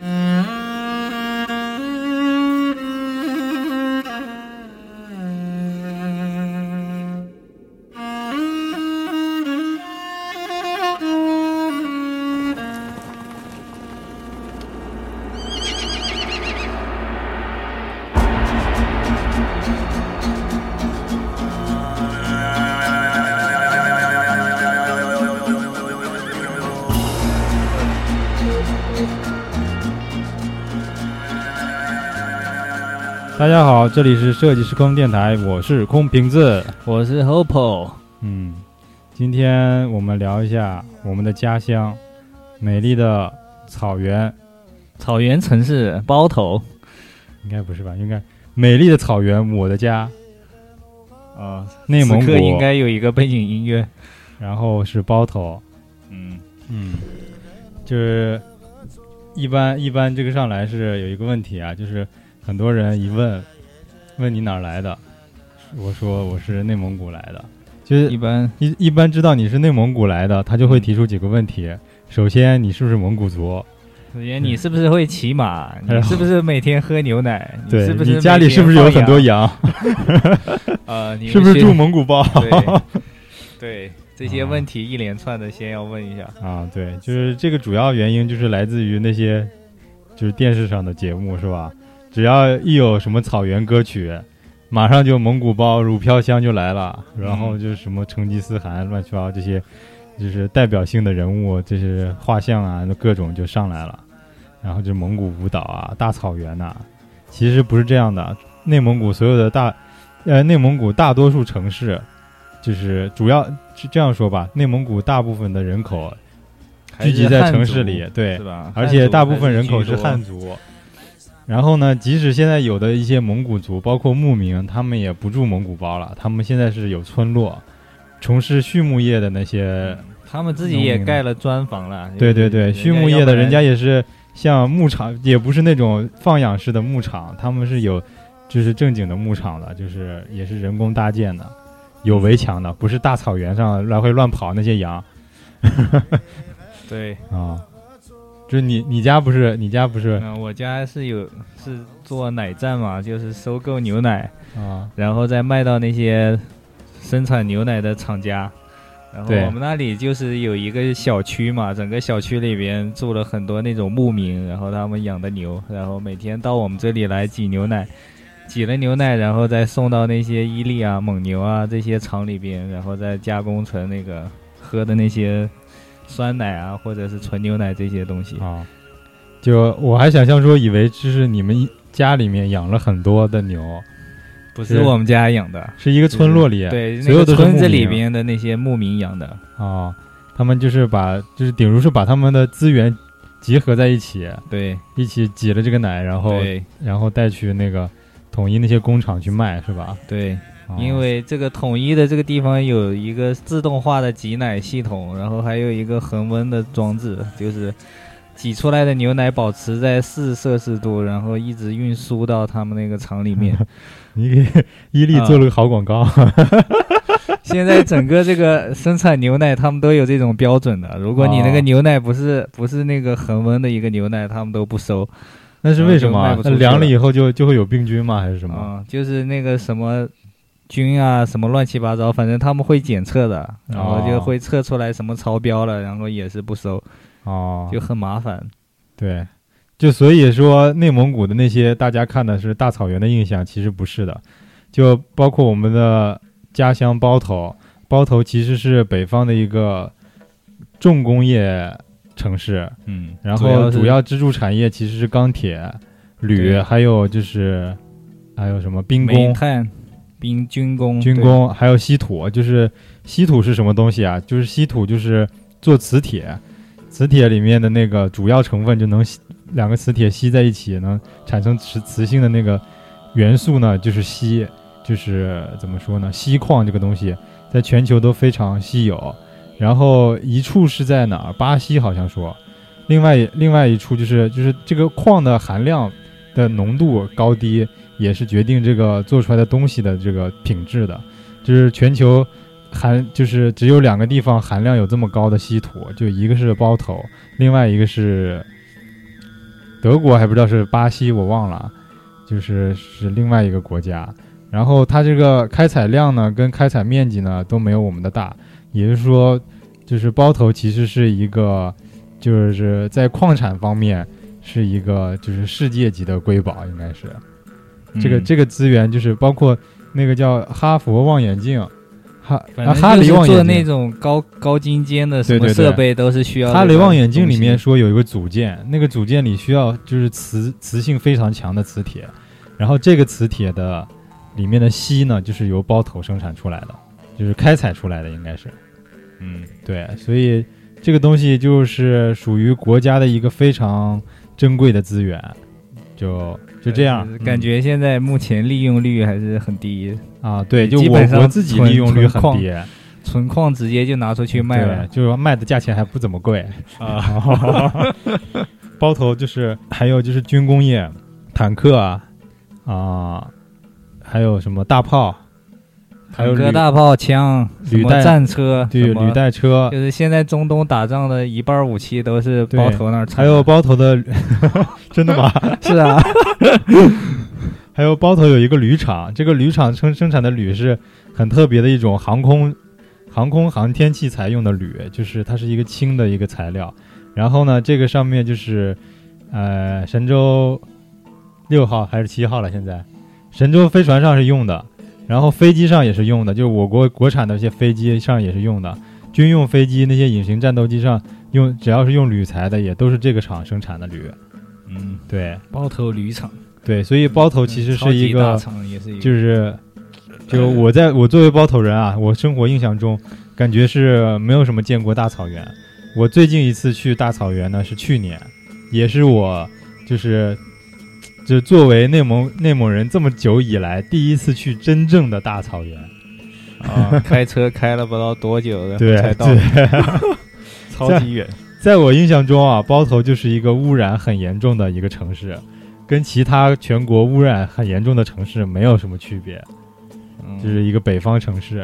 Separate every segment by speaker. Speaker 1: 嗯
Speaker 2: 大家好，这里是设计师空电台，我是空瓶子。
Speaker 1: 我是 Hopo，
Speaker 2: 嗯，今天我们聊一下我们的家乡，美丽的草原，
Speaker 1: 草原城市包头，
Speaker 2: 应该不是吧？应该美丽的草原，我的家，呃
Speaker 1: 啊，
Speaker 2: 内蒙
Speaker 1: 此
Speaker 2: 古
Speaker 1: 刻，应该有一个背景音乐，
Speaker 2: 然后是包头，
Speaker 1: 嗯，
Speaker 2: 嗯，就是一般一般这个上来是有一个问题啊，就是很多人一问，问你哪儿来的，我说我是内蒙古来的，就是
Speaker 1: 一般
Speaker 2: 一一般知道你是内蒙古来的，他就会
Speaker 1: 嗯
Speaker 2: 提出几个问题。首先，你是不是蒙古族？
Speaker 1: 首先你是不是会骑马？
Speaker 2: 哎呦
Speaker 1: 你是不是每天喝牛奶？你
Speaker 2: 对
Speaker 1: 是不是
Speaker 2: 你家里
Speaker 1: 每天
Speaker 2: 是不是有很多
Speaker 1: 放
Speaker 2: 羊？
Speaker 1: 羊呃，你
Speaker 2: 是不是
Speaker 1: 们
Speaker 2: 住蒙古包？
Speaker 1: 对 对这些
Speaker 2: 啊
Speaker 1: 问题一连串的，先要问一下。
Speaker 2: 啊，对，就是这个主要原因就是来自于那些就是电视上的节目是吧？只要一有什么草原歌曲，马上就蒙古包、乳飘香就来了，然后就是什么成吉思汗、乱七八糟这些，就是代表性的人物，这些画像啊，各种就上来了。然后就蒙古舞蹈啊，大草原呐、其实不是这样的。内蒙古所有的大，呃，内蒙古大多数城市，就是主要是这样说吧，内蒙古大部分的人口
Speaker 1: 还
Speaker 2: 聚
Speaker 1: 是
Speaker 2: 集在
Speaker 1: 汉
Speaker 2: 城
Speaker 1: 族
Speaker 2: 市里，对
Speaker 1: 是，吧？
Speaker 2: 而且大部分人
Speaker 1: 汉
Speaker 2: 口
Speaker 1: 族
Speaker 2: 是
Speaker 1: 还
Speaker 2: 汉族。然后呢，即使现在有的一些蒙古族，包括牧民，他们也不住蒙古包了，他们现在是有村落，从事畜牧业的那些，
Speaker 1: 居多，他们自己也盖了砖房了。
Speaker 2: 对对对，畜牧业的人家
Speaker 1: 要
Speaker 2: 也是像牧场，也不是那种放养式的牧场，他们是有就是正经的牧场的，就是也是人工搭建的，有围墙的，不是大草原上来回乱跑那些羊。
Speaker 1: 不然对，
Speaker 2: 啊，就是你你家不是你家不是
Speaker 1: 嗯，我家是有是做奶站嘛，就是收购牛奶，
Speaker 2: 啊
Speaker 1: 然后再卖到那些生产牛奶的厂家。然后
Speaker 2: 对
Speaker 1: 我们那里就是有一个小区嘛，整个小区里边住了很多那种牧民，然后他们养的牛，然后每天到我们这里来挤牛奶，挤了牛奶，然后再送到那些伊利啊、蒙牛啊这些厂里边，然后再加工成那个喝的那些酸奶啊，或者是纯牛奶这些东西。
Speaker 2: 啊，就我还想象说，以为这是你们一家里面养了很多的牛，
Speaker 1: 不是我们家养的，
Speaker 2: 是一个村落里
Speaker 1: 对，
Speaker 2: 所
Speaker 1: 那
Speaker 2: 有
Speaker 1: 个
Speaker 2: 的
Speaker 1: 村子里边的那些牧民养的，
Speaker 2: 啊，他们就是把就是顶如是把他们的资源集合在一起，
Speaker 1: 对，
Speaker 2: 一起挤了这个奶，然后
Speaker 1: 对
Speaker 2: 然后带去那个统一那些工厂去卖，是吧？
Speaker 1: 对，
Speaker 2: 啊
Speaker 1: 因为这个统一的这个地方有一个自动化的挤奶系统，然后还有一个恒温的装置，就是挤出来的牛奶保持在四摄氏度，然后一直运输到他们那个厂里面。
Speaker 2: 你给伊
Speaker 1: 啊
Speaker 2: 利做了个好广告，
Speaker 1: 现在整个这个生产牛奶，他们都有这种标准的。如果你那
Speaker 2: 哦
Speaker 1: 个牛奶不是不是那个恒温的一个牛奶，他们都不收。
Speaker 2: 那是为什么
Speaker 1: 卖
Speaker 2: 啊
Speaker 1: 不？出
Speaker 2: 那
Speaker 1: 去
Speaker 2: 凉了
Speaker 1: 了
Speaker 2: 以后就就会有病菌吗？还是什么？
Speaker 1: 嗯，就是那个什么菌啊，什么乱七八糟，反正他们会检测的，然后就会测出来什么超标了，然后也是不收，
Speaker 2: 哦，
Speaker 1: 就很麻烦。
Speaker 2: 对，就所以说内蒙古的那些大家看的是大草原的印象，其实不是的。就包括我们的家乡包头，包头其实是北方的一个重工业城市，
Speaker 1: 嗯，
Speaker 2: 然后主
Speaker 1: 主
Speaker 2: 要支柱产业其实是钢铁、铝，
Speaker 1: 对
Speaker 2: 还有就是还有什么兵
Speaker 1: 煤
Speaker 2: 工、
Speaker 1: 炭、兵军工、
Speaker 2: 军工，还有稀土。就是稀土是什么东西啊？就是稀土就是做磁铁，磁铁里面的那个主要成分就能吸两个磁铁吸在一起，能产生磁磁性的那个元素呢，就是锡，就是怎么说呢？锡矿这个东西在全球都非常稀有。然后一处是在哪儿？巴西好像说，另外另外一处就是就是这个矿的含量的浓度高低，也是决定这个做出来的东西的这个品质的。就是全球含就是只有两个地方含量有这么高的稀土，就一个是包头，另外一个是德国，还不知道是巴西，我忘了，就是是另外一个国家。然后它这个开采量呢，跟开采面积呢都没有我们的大，也就是说，就是包头其实是一个，就是在矿产方面是一个就是世界级的瑰宝，应该是。
Speaker 1: 嗯
Speaker 2: 这个这个资源就是包括那个叫哈佛望远镜，哈
Speaker 1: 反
Speaker 2: 啊
Speaker 1: 正
Speaker 2: 哈
Speaker 1: 就
Speaker 2: 雷
Speaker 1: 是
Speaker 2: 望
Speaker 1: 做
Speaker 2: 远
Speaker 1: 那
Speaker 2: 镜，
Speaker 1: 种高高精尖的什
Speaker 2: 对
Speaker 1: 么
Speaker 2: 对对
Speaker 1: 设备都是需要这个
Speaker 2: 哈雷望远镜里面
Speaker 1: 东西
Speaker 2: 说有一个组件，那个组件里需要就是磁磁性非常强的磁铁，然后这个磁铁的里面的锡呢，就是由包头生产出来的，就是开采出来的，应该是。
Speaker 1: 嗯，
Speaker 2: 对，所以这个东西就是属于国家的一个非常珍贵的资源，就就这样
Speaker 1: 呃。
Speaker 2: 嗯
Speaker 1: 感觉现在目前利用率还是很低，
Speaker 2: 啊，对，就
Speaker 1: 基
Speaker 2: 我
Speaker 1: 本上
Speaker 2: 国自己
Speaker 1: 纯
Speaker 2: 利用率
Speaker 1: 纯
Speaker 2: 很
Speaker 1: 矿
Speaker 2: 低，
Speaker 1: 纯矿直接就拿出去卖
Speaker 2: 对
Speaker 1: 了
Speaker 2: 就是卖的价钱还不怎么贵。
Speaker 1: 啊。
Speaker 2: 包头就是还有就是军工业，坦克啊啊、还有什么大炮，还有
Speaker 1: 坦克
Speaker 2: 履
Speaker 1: 大炮、枪、什
Speaker 2: 履
Speaker 1: 么
Speaker 2: 带
Speaker 1: 战车、
Speaker 2: 对
Speaker 1: 什么
Speaker 2: 履带车，
Speaker 1: 就是现在中东打仗的一半武器都是包头那儿产
Speaker 2: 还有包头的， 真的吗？
Speaker 1: 是啊，
Speaker 2: 还有包头有一个铝厂，这个铝厂生生产的铝是很特别的一种航空航空航天器材用的铝，就是它是一个轻的一个材料。然后呢，这个上面就是呃神舟六号还是七号了，现在神舟飞船上是用的，然后飞机上也是用的，就是我国国产的一些飞机上也是用的，军用飞机那些隐形战斗机上用，只要是用铝材的，也都是这个厂生产的铝。
Speaker 1: 嗯，
Speaker 2: 对
Speaker 1: 包头铝厂
Speaker 2: 对，所以包头其实
Speaker 1: 超
Speaker 2: 是
Speaker 1: 级
Speaker 2: 一个
Speaker 1: 大。厂，也是一个
Speaker 2: 就是嗯就我在我作为包头人啊，我生活印象中感觉是没有什么见过大草原。我最近一次去大草原呢是去年，也是我就是就作为内蒙内蒙人这么久以来第一次去真正的大草原。
Speaker 1: 啊，开车开了不知道多久然后
Speaker 2: 对
Speaker 1: 才到，
Speaker 2: 对，
Speaker 1: 超 级远。
Speaker 2: 在我印象中啊，包头就是一个污染很严重的一个城市，跟其他全国污染很严重的城市没有什么区别。
Speaker 1: 嗯
Speaker 2: 就是一个北方城市，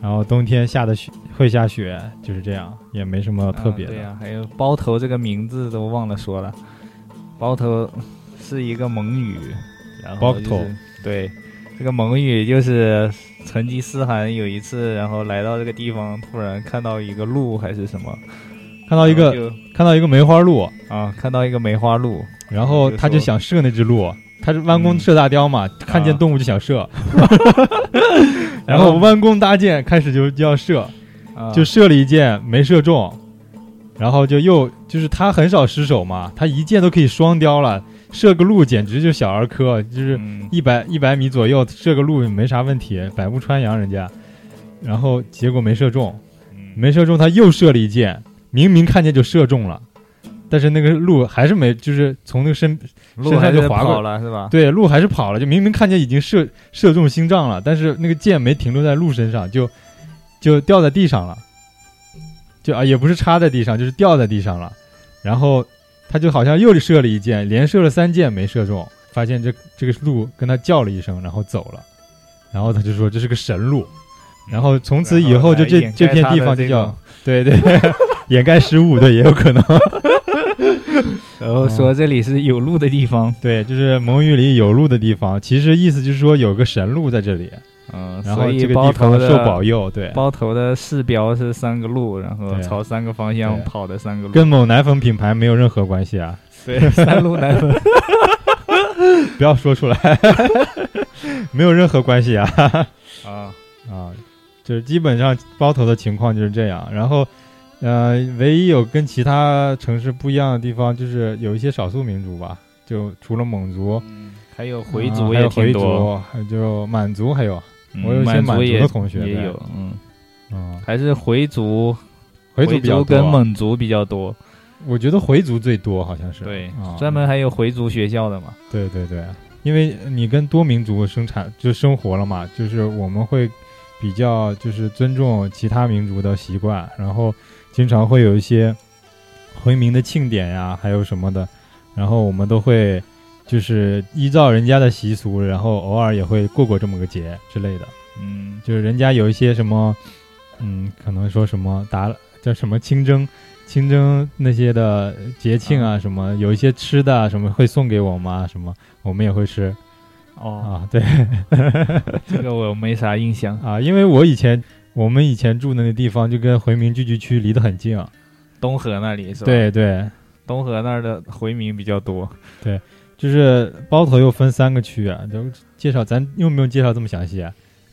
Speaker 2: 然后冬天下的雪会下雪，就是这样，也没什么特别
Speaker 1: 嗯
Speaker 2: 的。
Speaker 1: 对呀、还有包头这个名字都忘了说了，包头是一个蒙语，然后、就是、
Speaker 2: 包头
Speaker 1: 对，这个蒙语就是成吉思汗有一次，然后来到这个地方，突然看到一个鹿还是什么，
Speaker 2: 看到一
Speaker 1: 然
Speaker 2: 个
Speaker 1: 后
Speaker 2: 看到一个梅花鹿，
Speaker 1: 就啊，看到一个梅花鹿，
Speaker 2: 然后他就想射那只鹿，他是弯弓
Speaker 1: 嗯
Speaker 2: 射大雕嘛，看见
Speaker 1: 啊
Speaker 2: 动物就想射， 然
Speaker 1: 然
Speaker 2: 后
Speaker 1: 后
Speaker 2: 弯弓搭箭开始就就要射，
Speaker 1: 啊、
Speaker 2: 就射了一箭没射中，然后就又就是他很少失手嘛，他一箭都可以双雕了，射个鹿简直就小儿科，就是
Speaker 1: 嗯
Speaker 2: 一百一百米左右射个鹿没啥问题，百步穿杨人家，然后结果没射中，
Speaker 1: 嗯
Speaker 2: 没射中他又射了一箭，明明看见就射中了，但是那个鹿还是没，就是从那个身
Speaker 1: 鹿
Speaker 2: 身
Speaker 1: 还
Speaker 2: 上就是划过
Speaker 1: 跑了是 吧？
Speaker 2: 对鹿还是跑了，就明明看见已经射射中心脏了，但是那个箭没停留在鹿身上，就就掉在地上了，就啊也不是插在地上，就是掉在地上了，然后他就好像又射了一箭，连射了三箭没射中，发现这这个鹿跟他叫了一声，然后走了，然后他就说这是个神鹿，然后从此以
Speaker 1: 然
Speaker 2: 后就
Speaker 1: 来
Speaker 2: 这
Speaker 1: 掩盖
Speaker 2: 这片地
Speaker 1: 它的
Speaker 2: 方就
Speaker 1: 这
Speaker 2: 叫
Speaker 1: 种
Speaker 2: 对对 掩盖失误，对也有可能。
Speaker 1: 然后说这里是有鹿的地方，
Speaker 2: 对，就是蒙语里有鹿的地方，其实意思就是说有个神鹿在这里，
Speaker 1: 嗯，
Speaker 2: 然
Speaker 1: 所
Speaker 2: 后
Speaker 1: 以
Speaker 2: 这个
Speaker 1: 包
Speaker 2: 地
Speaker 1: 头
Speaker 2: 方
Speaker 1: 的
Speaker 2: 受保佑，对，
Speaker 1: 包头的市标是三个鹿，然后
Speaker 2: 对啊
Speaker 1: 朝三个方向
Speaker 2: 对
Speaker 1: 跑的三个鹿，
Speaker 2: 跟某奶粉品牌没有任何关系啊，
Speaker 1: 对，三鹿奶粉。
Speaker 2: 不要说出来， 没有任何关系啊
Speaker 1: 啊，
Speaker 2: 啊，就是基本上包头的情况就是这样，然后。呃，唯一有跟其他城市不一样的地方，就是有一些少数民族吧，就除了蒙族、
Speaker 1: 还有回
Speaker 2: 啊
Speaker 1: 族
Speaker 2: 还
Speaker 1: 也
Speaker 2: 有回
Speaker 1: 挺多，
Speaker 2: 族，还有就满族，还有
Speaker 1: 嗯
Speaker 2: 我有一些满
Speaker 1: 族
Speaker 2: 族
Speaker 1: 也
Speaker 2: 的同学
Speaker 1: 也
Speaker 2: 对
Speaker 1: 有，嗯，
Speaker 2: 嗯，
Speaker 1: 还是回族，
Speaker 2: 回族
Speaker 1: 族
Speaker 2: 比较多啊
Speaker 1: 跟，蒙族比较多，
Speaker 2: 我觉得回族最多，好像是
Speaker 1: 对
Speaker 2: 啊，
Speaker 1: 专门还有回族学校的嘛，
Speaker 2: 对对对，因为你跟多民族生产就生活了嘛，就是我们会比较就是尊重其他民族的习惯，然后经常会有一些回民的庆典呀，还有什么的，然后我们都会就是依照人家的习俗，然后偶尔也会过过这么个节之类的，
Speaker 1: 嗯，
Speaker 2: 就是人家有一些什么，嗯，可能说什么打叫什么清蒸。清蒸那些的节庆啊，什么有一些吃的啊，什么会送给我们啊，什么我们也会吃
Speaker 1: 哦，
Speaker 2: 啊。对，
Speaker 1: 这个我没啥印象
Speaker 2: 啊，因为我以前我们以前住的那地方就跟回民聚居区离得很近啊。
Speaker 1: 东河那里是吧？，
Speaker 2: 对对，
Speaker 1: 东河那儿的回民比较多，
Speaker 2: 就是包头又分三个区啊，就介绍咱用不用介绍这么详细啊？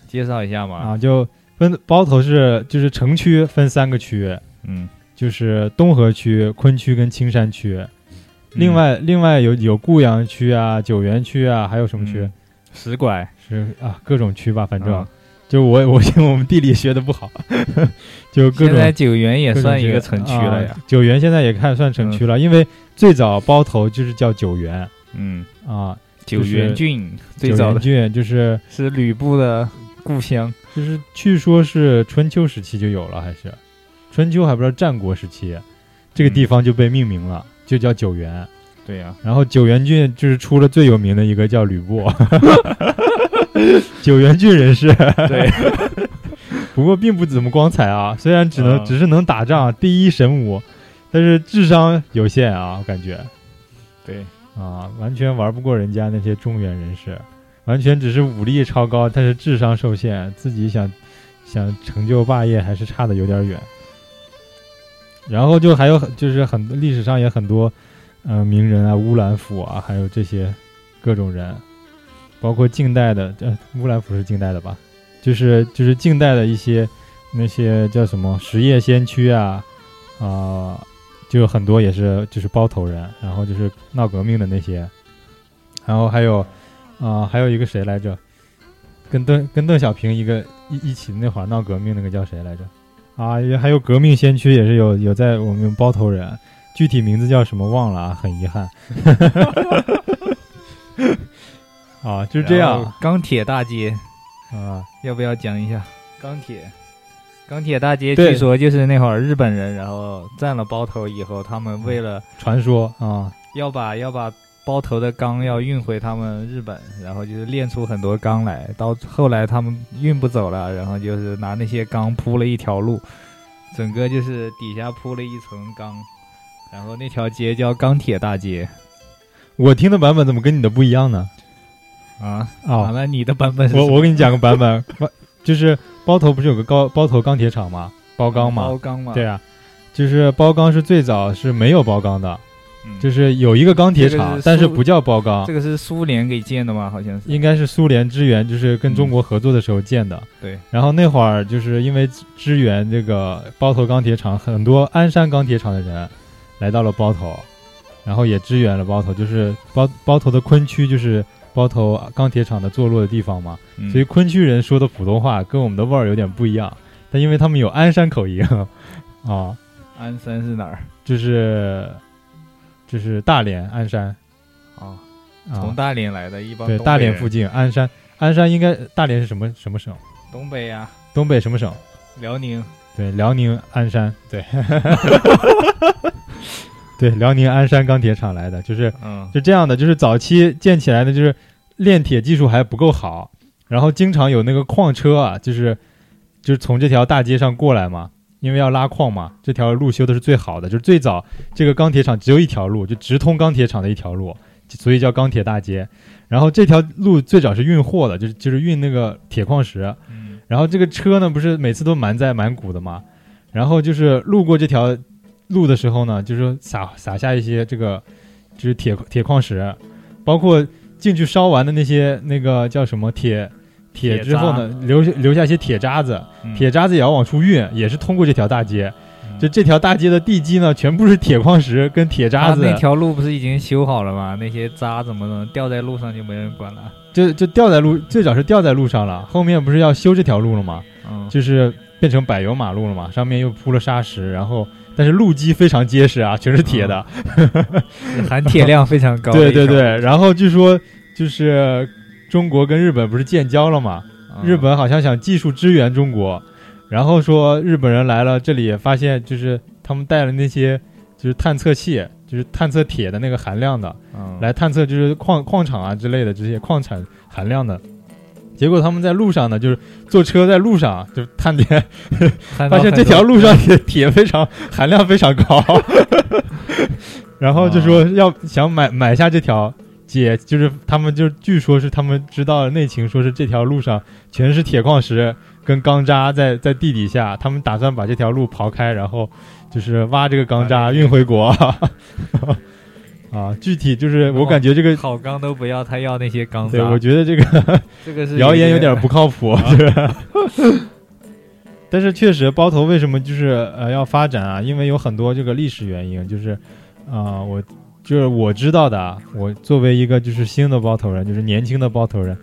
Speaker 1: 介绍一下嘛，
Speaker 2: 啊，就分包头是就是城区分三个区，
Speaker 1: 嗯，
Speaker 2: 就是东河区、昆区跟青山区。另外，另外有有固阳区啊、九原区啊，还有什么区？
Speaker 1: 嗯石拐，
Speaker 2: 是啊，各种区吧，反正、
Speaker 1: 嗯
Speaker 2: 就我 我我们地理学的不好， 就各
Speaker 1: 现
Speaker 2: 种
Speaker 1: 在九原也
Speaker 2: 各种
Speaker 1: 算一
Speaker 2: 这
Speaker 1: 个城区了呀
Speaker 2: 啊。九原现在也看算城区了，因为最早包头就是叫九原
Speaker 1: 嗯，
Speaker 2: 啊，
Speaker 1: 九原郡最
Speaker 2: 九
Speaker 1: 早
Speaker 2: 原
Speaker 1: 的
Speaker 2: 郡就是
Speaker 1: 是吕布的故乡。
Speaker 2: 就是据说是春秋时期就有了，还是春秋还不知道战国时期，这
Speaker 1: 嗯
Speaker 2: 个地方就被命名了，就叫九原。
Speaker 1: 对呀，
Speaker 2: 然后九原郡就是出了最有名的一个叫吕布， 九原郡人士。
Speaker 1: 对，
Speaker 2: 不过并不怎么光彩啊，虽然只能、
Speaker 1: 嗯
Speaker 2: 只是能打仗，第一神武，但是智商有限啊，我感觉
Speaker 1: 对，
Speaker 2: 啊，完全玩不过人家那些中原人士，完全只是武力超高，但是智商受限，自己想想成就霸业还是差的有点远。然后就还有很就是很多历史上也很多，呃，名人啊，乌兰甫啊，还有这些各种人，包括近代的，呃，乌兰甫是近代的吧？就是就是近代的一些那些叫什么实业先驱啊，啊、就有很多也是就是包头人，然后就是闹革命的那些，然后还有啊、还有一个谁来着？跟邓跟邓小平一个一一起那会儿闹革命那个叫谁来着？啊，也还有革命先驱也是有有在我们包头人，具体名字叫什么忘了啊，很遗憾。 啊，就是这样。
Speaker 1: 钢铁大街
Speaker 2: 啊，
Speaker 1: 要不要讲一下？钢铁，钢铁大街
Speaker 2: 对
Speaker 1: 据说就是那会儿日本人，然后占了包头以后，他们为了
Speaker 2: 传说啊，
Speaker 1: 要把要把包头的钢要运回他们日本，然后就是炼出很多钢来。到后来他们运不走了，然后就是拿那些钢铺了一条路，整个就是底下铺了一层钢，然后那条街叫钢铁大街
Speaker 2: 我听的版本怎么跟你的不一样呢？
Speaker 1: 啊。完
Speaker 2: 啊，
Speaker 1: 了，你的版本是
Speaker 2: 我
Speaker 1: 什么
Speaker 2: 我给你讲个版本， 不就是包头不是有个高包头钢铁厂吗？包钢
Speaker 1: 包
Speaker 2: 嘛，
Speaker 1: 钢哦嘛，
Speaker 2: 对，啊，就是包钢是最早是没有包钢的，
Speaker 1: 嗯、
Speaker 2: 就是有一个钢铁
Speaker 1: 这个
Speaker 2: 厂
Speaker 1: 是，
Speaker 2: 但是
Speaker 1: 苏
Speaker 2: 不叫包钢
Speaker 1: 这，个是苏联给建的嘛，好像是。
Speaker 2: 应该是苏联支援，就是跟中
Speaker 1: 嗯
Speaker 2: 国合作的时候建的。
Speaker 1: 对，
Speaker 2: 然后那会儿就是因为支援这个包头钢铁厂，很多鞍山钢铁厂的人来到了包头，然后也支援了包头，就是包包头的昆区就是包头钢铁厂的坐落的地方嘛，
Speaker 1: 嗯
Speaker 2: 所以昆区人说的普通话跟我们的味儿有点不一样，但因为他们有鞍山口音啊，
Speaker 1: 鞍山是哪儿？
Speaker 2: 就是就是大连鞍山
Speaker 1: 啊，
Speaker 2: 啊
Speaker 1: 从，大连来的一帮
Speaker 2: 对
Speaker 1: 东北啊
Speaker 2: 大连
Speaker 1: 人
Speaker 2: 附近鞍山鞍山应该大连是什么什么省？
Speaker 1: 东北呀、
Speaker 2: 东北什么省？
Speaker 1: 辽宁，
Speaker 2: 对，辽宁鞍山，对，对，辽宁鞍山钢铁厂来的，就是
Speaker 1: 嗯，
Speaker 2: 就这样的，就是早期建起来的，就是炼铁技术还不够好，然后经常有那个矿车啊，就是就是从这条大街上过来嘛，因为要拉矿嘛，这条路修的是最好的，就是最早这个钢铁厂只有一条路，就直通钢铁厂的一条路，所以叫钢铁大街。然后这条路最早是运货的，就是就是运那个铁矿石，
Speaker 1: 嗯
Speaker 2: 然后这个车呢，不是每次都满载满谷的嘛，然后就是路过这条路的时候呢，就是撒撒下一些这个就是铁铁矿石，包括进去烧完的那些那个叫什么铁铁
Speaker 1: 铁
Speaker 2: 之后呢，留下留下一些铁渣子，
Speaker 1: 嗯
Speaker 2: 铁渣子也要往出运，也是通过这条大街。
Speaker 1: 嗯
Speaker 2: 就这条大街的地基呢，全部是铁矿石跟铁渣
Speaker 1: 他
Speaker 2: 子，啊
Speaker 1: 啊那条路不是已经修好了吗？那些渣怎么能掉在路上就没人管了？
Speaker 2: 就就掉在路，最早是掉在路上了，后面不是要修这条路了吗？
Speaker 1: 嗯，
Speaker 2: 就是变成柏油马路了嘛，上面又铺了砂石，然后但是路基非常结实啊，全是铁的。
Speaker 1: 嗯含铁量非常高。
Speaker 2: 对对，对，然后据说就是中国跟日本不是建交了嘛，
Speaker 1: 嗯、
Speaker 2: 日本好像想技术支援中国，然后说日本人来了这里也发现就是他们带了那些就是探测器，就是探测铁的那个含量的，
Speaker 1: 嗯、
Speaker 2: 来探测就是矿矿场啊之类的这些矿产含量的。结果他们在路上呢，就是坐车在路上啊就探 点发
Speaker 1: 看到很多，
Speaker 2: 现这条路上的铁非常含量非常高， 然后就
Speaker 1: 啊
Speaker 2: 说要想买买下这条姐，就是他们就是据说是他们知道的内情，说是这条路上全是铁矿石跟钢渣在在地底下，他们打算把这条路刨开，然后就是挖这个钢渣运回国。 啊，具体就是我感觉这个，
Speaker 1: 好钢都不要，他要那些钢渣。
Speaker 2: 对我觉得这个
Speaker 1: 这个是
Speaker 2: 谣言有点不靠谱， 是。但是确实，包头为什么就是呃要发展啊？因为有很多这个历史原因，就是啊、呃我就是我知道的，啊，我作为一个就是新的包头人，就是年轻的包头人，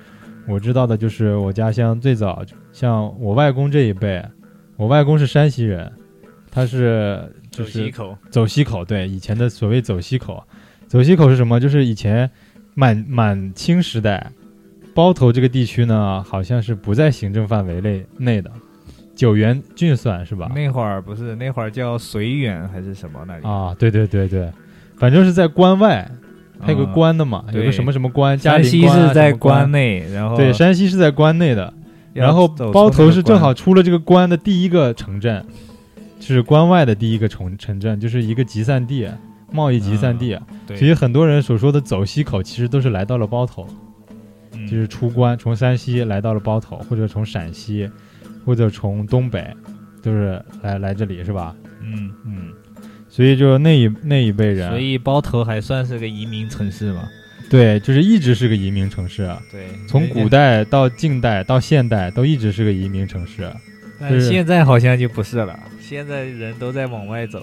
Speaker 2: 我知道的就是我家乡最早，像我外公这一辈，我外公是山西人，他是就
Speaker 1: 走西
Speaker 2: 是
Speaker 1: 口，
Speaker 2: 走西口，对以前的所谓走西口，走西口是什么？就是以前满满清时代，包头这个地区呢，好像是不在行政范围内内的，九原郡算是吧？
Speaker 1: 那会儿不是那会儿叫绥远还是什么那里？
Speaker 2: 啊，对对对对，反正是在关外，它有个
Speaker 1: 嗯
Speaker 2: 关的嘛，有
Speaker 1: 对
Speaker 2: 个什么什么关，嘉
Speaker 1: 山
Speaker 2: 陵
Speaker 1: 西
Speaker 2: 关啊
Speaker 1: 是在
Speaker 2: 什么关
Speaker 1: 关，内，哦然后
Speaker 2: 对，山西是在关内的，
Speaker 1: 要
Speaker 2: 然后
Speaker 1: 走出
Speaker 2: 包
Speaker 1: 那
Speaker 2: 头
Speaker 1: 个
Speaker 2: 是正
Speaker 1: 关
Speaker 2: 好出了这个关的第一个城镇，是关外的第一个城城镇，就是一个集散地，贸易集散地。
Speaker 1: 对，
Speaker 2: 所以很多人所说的走西口，其实都是来到了包头，
Speaker 1: 嗯
Speaker 2: 就是出关从山西来到了包头，或者从陕西，或者从东北，都是来来这里是吧？
Speaker 1: 嗯
Speaker 2: 嗯，所以就那一那一辈人，
Speaker 1: 所以包头还算是个移民城市嘛？
Speaker 2: 对，就是一直是个移民城市，啊
Speaker 1: 对，
Speaker 2: 从
Speaker 1: 人家
Speaker 2: 古，代到近代到现代都一直是个移民城市。啊
Speaker 1: 但
Speaker 2: 就是
Speaker 1: 现在好像就不是了，现在人都在往外走，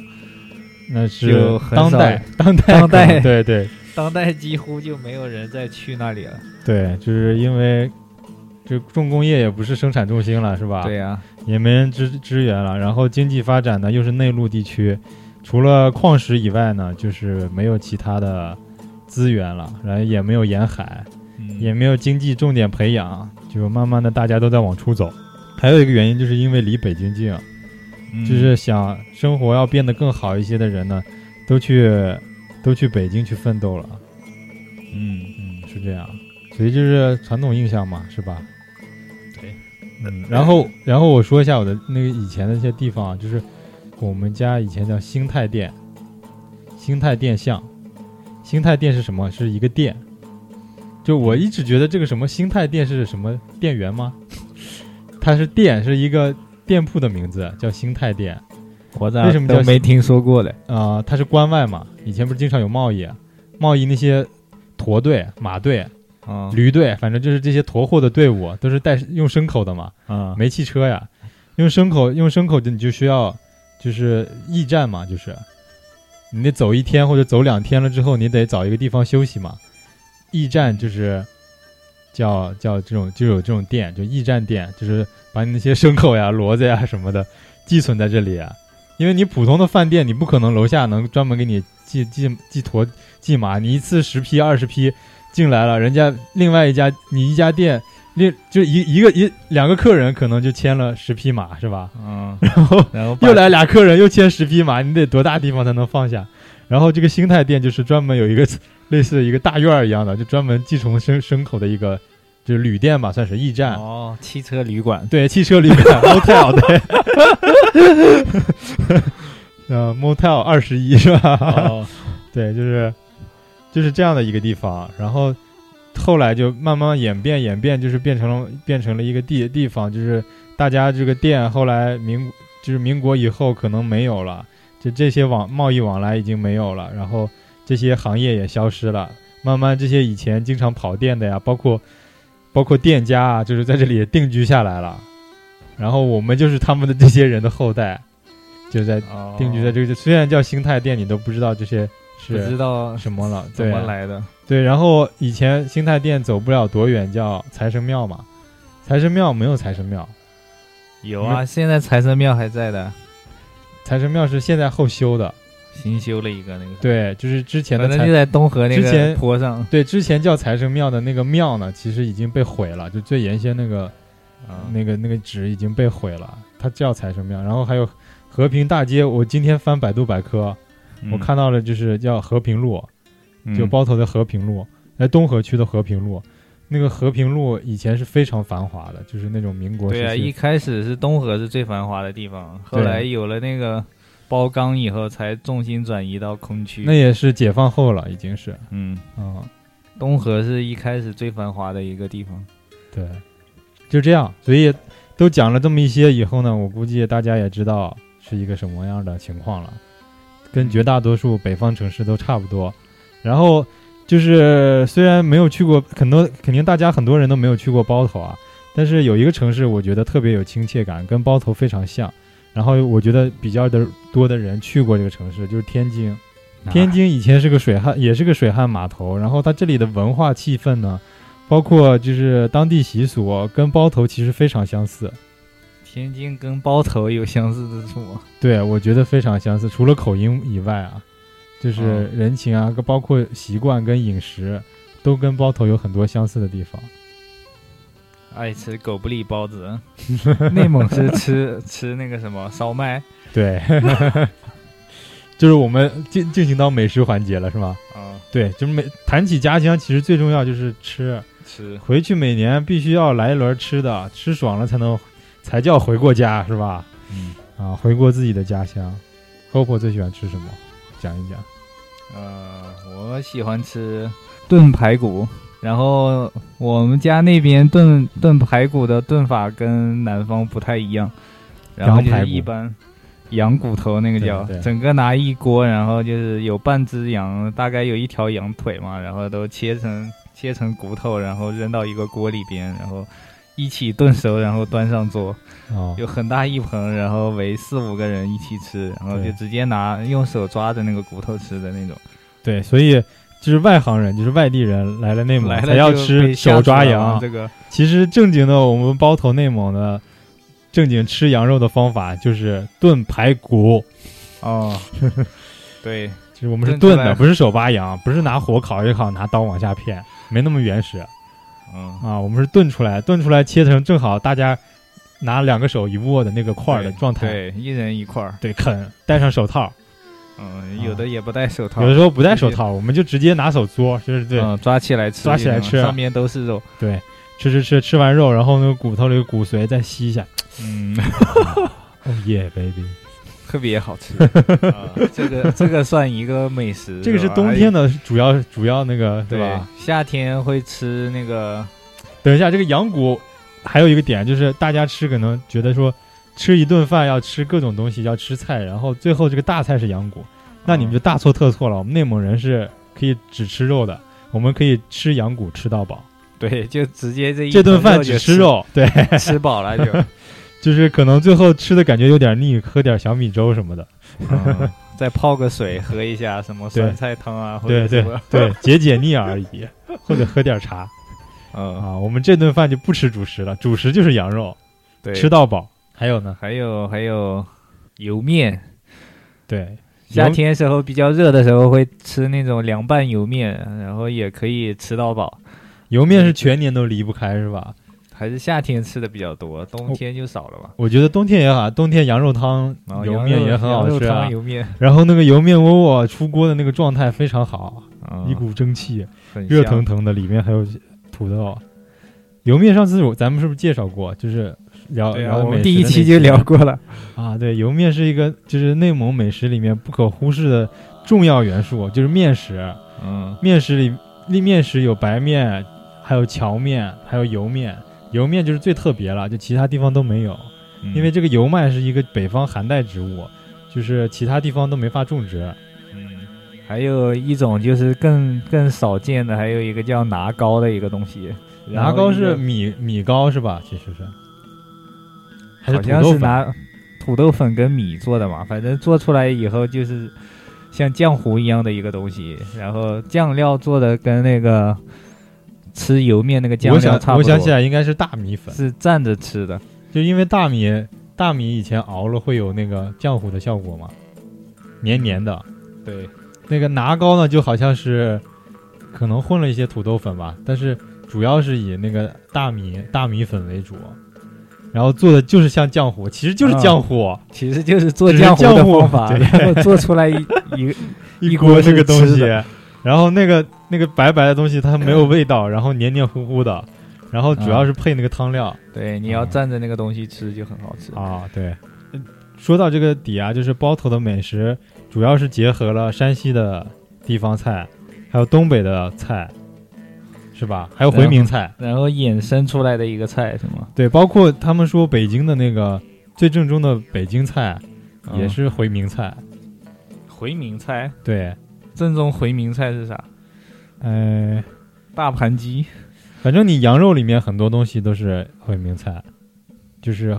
Speaker 2: 那是
Speaker 1: 就很
Speaker 2: 当
Speaker 1: 少
Speaker 2: 代，当代，
Speaker 1: 当代
Speaker 2: 对对
Speaker 1: 当代几乎就没有人再去那里了。
Speaker 2: 对，就是因为这重工业也不是生产重心了，是吧？
Speaker 1: 对，啊呀，
Speaker 2: 也没人支支援了。然后经济发展呢，又是内陆地区，除了矿石以外呢，就是没有其他的资源了，然后也没有沿海，
Speaker 1: 嗯
Speaker 2: 也没有经济重点培养，就慢慢的大家都在往出走。还有一个原因，就是因为离北京近，啊
Speaker 1: 嗯
Speaker 2: 就是想生活要变得更好一些的人呢，都去都去北京去奋斗了。
Speaker 1: 嗯，
Speaker 2: 嗯，是这样，所以就是传统印象嘛，是吧？
Speaker 1: 对，
Speaker 2: 嗯，然后然后我说一下我的那个以前的一些地方啊，就是我们家以前叫兴泰店，兴泰店巷，兴泰店是什么？是一个店。就我一直觉得这个什么兴泰店是什么店员吗？它是店，是一个店铺的名字，叫兴泰店。
Speaker 1: 我咋
Speaker 2: 为什么
Speaker 1: 都
Speaker 2: 叫
Speaker 1: 没听说过嘞？
Speaker 2: 啊，它是关外嘛，以前不是经常有贸易，啊贸易那些驼队、马队、
Speaker 1: 啊
Speaker 2: 驴队，反正就是这些驮货的队伍都是带用牲口的嘛，
Speaker 1: 啊，
Speaker 2: 没汽车呀，用牲口用牲口就你就需要就是驿站嘛，就是你得走一天或者走两天了之后，你得找一个地方休息嘛。驿站就是叫叫这种就有这种店，就驿站店，就是把你那些牲口呀、骡子呀什么的寄存在这里啊。因为你普通的饭店，你不可能楼下能专门给你寄寄寄驮寄马，你一次十批二十批进来了，人家另外一家你一家店另就一一个一两个客人可能就签了十匹马是吧？
Speaker 1: 嗯，
Speaker 2: 然后
Speaker 1: 然后把
Speaker 2: 又来俩客人又签十匹马，你得多大地方才能放下？然后这个兴泰店就是专门有一个类似一个大院儿一样的，就专门寄存牲牲口的一个就是旅店吧，算是驿站。
Speaker 1: 哦，汽车 旅馆，
Speaker 2: 对，汽车旅馆 motel 对， 呃 motel 二十一是吧？
Speaker 1: 哦，
Speaker 2: 对，就是就是这样的一个地方，然后后来就慢慢演变演变，就是变成了变成了一个地地方，就是大家这个店后来民就是民国以后可能没有了，就这些往贸易往来已经没有了，然后这些行业也消失了，慢慢这些以前经常跑店的呀，包括包括店家啊，就是在这里定居下来了，然后我们就是他们的这些人的后代，就在
Speaker 1: 哦
Speaker 2: 定居在这个，虽然叫兴泰店，你都不知道这些
Speaker 1: 不知
Speaker 2: 是
Speaker 1: 道
Speaker 2: 什么了，
Speaker 1: 怎
Speaker 2: 对啊
Speaker 1: 么来的，
Speaker 2: 对。然后以前兴泰店走不了多远，叫财神庙嘛，财神庙没有财神庙，
Speaker 1: 有啊，现在财神庙还在的，
Speaker 2: 财神庙是现在后修的，
Speaker 1: 新修了一个那个，
Speaker 2: 对，就是之前的
Speaker 1: 反正
Speaker 2: 财
Speaker 1: 就在东河那
Speaker 2: 之前
Speaker 1: 个坡上，
Speaker 2: 对之前叫财神庙的那个庙呢，其实已经被毁了，就最原先那个
Speaker 1: 啊，
Speaker 2: 那个那个纸已经被毁了，它叫财神庙。然后还有和平大街，我今天翻百度百科，我看到了就是叫和平路，
Speaker 1: 嗯
Speaker 2: 就包头的和平路，哎，东河区的和平路，那个和平路以前是非常繁华的，就是那种民国时
Speaker 1: 对啊，一
Speaker 2: 期。
Speaker 1: 开始是东河是最繁华的地方，后
Speaker 2: 对
Speaker 1: 来有了那个包钢以后，才重心转移到空区。
Speaker 2: 那也是解放后了，已经是，
Speaker 1: 嗯，
Speaker 2: 嗯，
Speaker 1: 东河是一开始最繁华的一个地方。
Speaker 2: 对，就这样。所以都讲了这么一些以后呢，我估计大家也知道是一个什么样的情况了，跟绝大多数北方城市都差不多。然后就是虽然没有去过，很多肯定大家很多人都没有去过包头啊，但是有一个城市我觉得特别有亲切感，跟包头非常像。然后我觉得比较的多的人去过这个城市，就是天津。
Speaker 1: 啊
Speaker 2: 天津以前是个水旱，也是个水旱码头。然后它这里的文化气氛呢，包括就是当地习俗，跟包头其实非常相似。
Speaker 1: 啊天津跟包头有相似之处吗？
Speaker 2: 对，我觉得非常相似，除了口音以外啊，就是人情啊，包括习惯跟饮食，都跟包头有很多相似的地方。
Speaker 1: 爱吃狗不理 包子，内蒙是吃吃那个什么烧麦，
Speaker 2: 对， 就是我们进进行到美食环节了，是吗？
Speaker 1: 啊，
Speaker 2: 对，就是每谈起家乡，其实最重要就是吃，啊
Speaker 1: 吃
Speaker 2: 回去每年必须要来一轮吃的，吃爽了才能才叫回过家，是吧？
Speaker 1: 嗯
Speaker 2: 啊，回过自己的家乡。Hope 最喜欢吃什么？讲一讲。
Speaker 1: 呃，我喜欢吃炖排骨，然后我们家那边炖炖排骨的炖法跟南方不太一样，然后就
Speaker 2: 羊排
Speaker 1: 是
Speaker 2: 骨
Speaker 1: 一般羊骨头那个叫
Speaker 2: 对，对
Speaker 1: 整个拿一锅，然后就是有半只羊，大概有一条羊腿嘛，然后都切成切成骨头，然后扔到一个锅里边，然后一起炖熟，然后端上桌。
Speaker 2: 哦，
Speaker 1: 有很大一盆，然后围四五个人一起吃，然后就
Speaker 2: 对
Speaker 1: 直接拿用手抓着那个骨头吃的那种。
Speaker 2: 对，所以就是外行人，就是外地人来了内蒙
Speaker 1: 来了
Speaker 2: 才要
Speaker 1: 就被
Speaker 2: 吃手
Speaker 1: 吓死了
Speaker 2: 抓
Speaker 1: 嘛
Speaker 2: 羊。
Speaker 1: 这个
Speaker 2: 其实正经的我们包头内蒙的正经吃羊肉的方法就是炖排骨，
Speaker 1: 哦， 对，
Speaker 2: 就是我们是
Speaker 1: 炖
Speaker 2: 炖
Speaker 1: 出来
Speaker 2: 的，不是手扒羊，不是拿火烤一烤，拿刀往下片，没那么原始
Speaker 1: 嗯，
Speaker 2: 啊。我们是炖出来，炖出来切成正好大家拿两个手一握的那个块儿的
Speaker 1: 对
Speaker 2: 状态，
Speaker 1: 对，一人一块儿，
Speaker 2: 对，啃，戴上手套，
Speaker 1: 嗯，有的也不戴手套，
Speaker 2: 有的时候不戴手
Speaker 1: 直接
Speaker 2: 套，我们就直接拿手嘬，就是对，
Speaker 1: 嗯，抓起来吃，
Speaker 2: 抓起来吃啊
Speaker 1: 上面都 是肉，
Speaker 2: 对，吃吃吃，吃完肉，然后那个骨头里的骨髓再吸一 下，
Speaker 1: 嗯，
Speaker 2: 哦耶，baby，
Speaker 1: 特别好 吃。啊这个这个算一个美食，
Speaker 2: 这个是
Speaker 1: 吧哎
Speaker 2: 冬天。的主要主要那个
Speaker 1: 对
Speaker 2: 对吧？，
Speaker 1: 夏天会吃那个，
Speaker 2: 等一下，这个羊骨还有一个点就是大家吃可能觉得说吃一顿饭要吃各种东西，要吃菜，然后最后这个大菜是羊骨，那你们就大错特错了。我们内蒙人是可以只吃肉的，我们可以吃羊骨吃到饱，
Speaker 1: 对，就直接这一
Speaker 2: 这顿
Speaker 1: 盆
Speaker 2: 饭
Speaker 1: 就
Speaker 2: 只吃，肉，对，
Speaker 1: 吃饱了 就。
Speaker 2: 就是可能最后吃的感觉有点腻，喝点小米粥什么 的，
Speaker 1: 嗯再泡个水喝一下，什么酸菜汤啊，或
Speaker 2: 对
Speaker 1: 者
Speaker 2: 对
Speaker 1: 什么，
Speaker 2: 对，解解腻而已，或者喝点茶
Speaker 1: 嗯，
Speaker 2: 啊。我们这顿饭就不吃主食了，主食就是羊肉，
Speaker 1: 对，
Speaker 2: 吃到饱。还有呢，
Speaker 1: 还有还有油面，
Speaker 2: 对，
Speaker 1: 夏
Speaker 2: 油
Speaker 1: 天时候比较热的时候会吃那种凉拌油面，然后也可以吃到饱。
Speaker 2: 油面是全年都离不开是吧？
Speaker 1: 还是夏天吃的比较
Speaker 2: 哦
Speaker 1: 多，冬天就少了吧。
Speaker 2: 我觉得冬天也好，冬天羊肉汤、
Speaker 1: 然后
Speaker 2: 油
Speaker 1: 哦羊
Speaker 2: 面
Speaker 1: 肉
Speaker 2: 也很
Speaker 1: 羊
Speaker 2: 好
Speaker 1: 肉
Speaker 2: 吃、啊
Speaker 1: 汤、，油面，
Speaker 2: 然后那个油面窝窝出锅的那个状态非常好，
Speaker 1: 嗯
Speaker 2: 一股蒸汽，
Speaker 1: 很
Speaker 2: 热
Speaker 1: 香
Speaker 2: 腾腾的，里面还有土豆。油面上次我咱们是不是介绍过？就是聊、
Speaker 1: 对啊，
Speaker 2: 聊
Speaker 1: 我
Speaker 2: 美
Speaker 1: 们
Speaker 2: 食
Speaker 1: 第一
Speaker 2: 的那
Speaker 1: 期就聊过了。
Speaker 2: 啊，对，油面是一个就是内蒙美食里面不可忽视的重要元素，就是面食。
Speaker 1: 嗯，
Speaker 2: 面食里，里面食有白面，还有荞面，还有油面。油面就是最特别了，就其他地方都没有。
Speaker 1: 嗯
Speaker 2: 因为这个油麦是一个北方寒带植物，就是其他地方都没法种植。
Speaker 1: 嗯还有一种就是更更少见的，还有一个叫拿糕的一个东西。然后
Speaker 2: 拿糕
Speaker 1: 一
Speaker 2: 是
Speaker 1: 个
Speaker 2: 米米糕是吧？其实是，还
Speaker 1: 好
Speaker 2: 土
Speaker 1: 像
Speaker 2: 豆
Speaker 1: 是
Speaker 2: 粉
Speaker 1: 拿土豆粉跟米做的嘛，反正做出来以后就是像浆糊一样的一个东西，然后酱料做的跟那个吃油面那个酱
Speaker 2: 我
Speaker 1: 料
Speaker 2: 想
Speaker 1: 差不多，
Speaker 2: 我想起来应该是大米粉，
Speaker 1: 是蘸着吃的。
Speaker 2: 就因为大米大米以前熬了会有那个浆糊的效果嘛，黏黏的。
Speaker 1: 对，
Speaker 2: 那个拿糕呢，就好像是可能混了一些土豆粉吧，但是主要是以那个大米大米粉为主，然后做的就是像浆糊，其实就是
Speaker 1: 啊
Speaker 2: 浆糊，
Speaker 1: 其实就是做
Speaker 2: 只是
Speaker 1: 浆糊
Speaker 2: 浆
Speaker 1: 的
Speaker 2: 糊
Speaker 1: 方法，
Speaker 2: 对
Speaker 1: 然后做出来一一
Speaker 2: 一
Speaker 1: 一
Speaker 2: 锅
Speaker 1: 锅
Speaker 2: 这
Speaker 1: 是
Speaker 2: 个东
Speaker 1: 吃
Speaker 2: 西
Speaker 1: 的，嗯
Speaker 2: 然后那个那个白白的东西它没有味道，然后黏黏糊糊的，然后主要是配那个汤料、
Speaker 1: 对，你要
Speaker 2: 嗯
Speaker 1: 蘸着那个东西吃就很好吃。
Speaker 2: 啊。对，说到这个底啊，就是包头的美食主要是结合了山西的地方菜，还有东北的菜，是吧？还有
Speaker 1: 啊
Speaker 2: 回民菜，
Speaker 1: 然后衍生出来的一个菜是吗？
Speaker 2: 对，包括他们说北京的那个最正宗的北京菜也
Speaker 1: 嗯
Speaker 2: 是回民菜，
Speaker 1: 回民菜，
Speaker 2: 对，
Speaker 1: 正宗回民菜是啥？
Speaker 2: 呃，
Speaker 1: 大盘鸡。
Speaker 2: 反正你羊肉里面很多东西都是回民菜，就是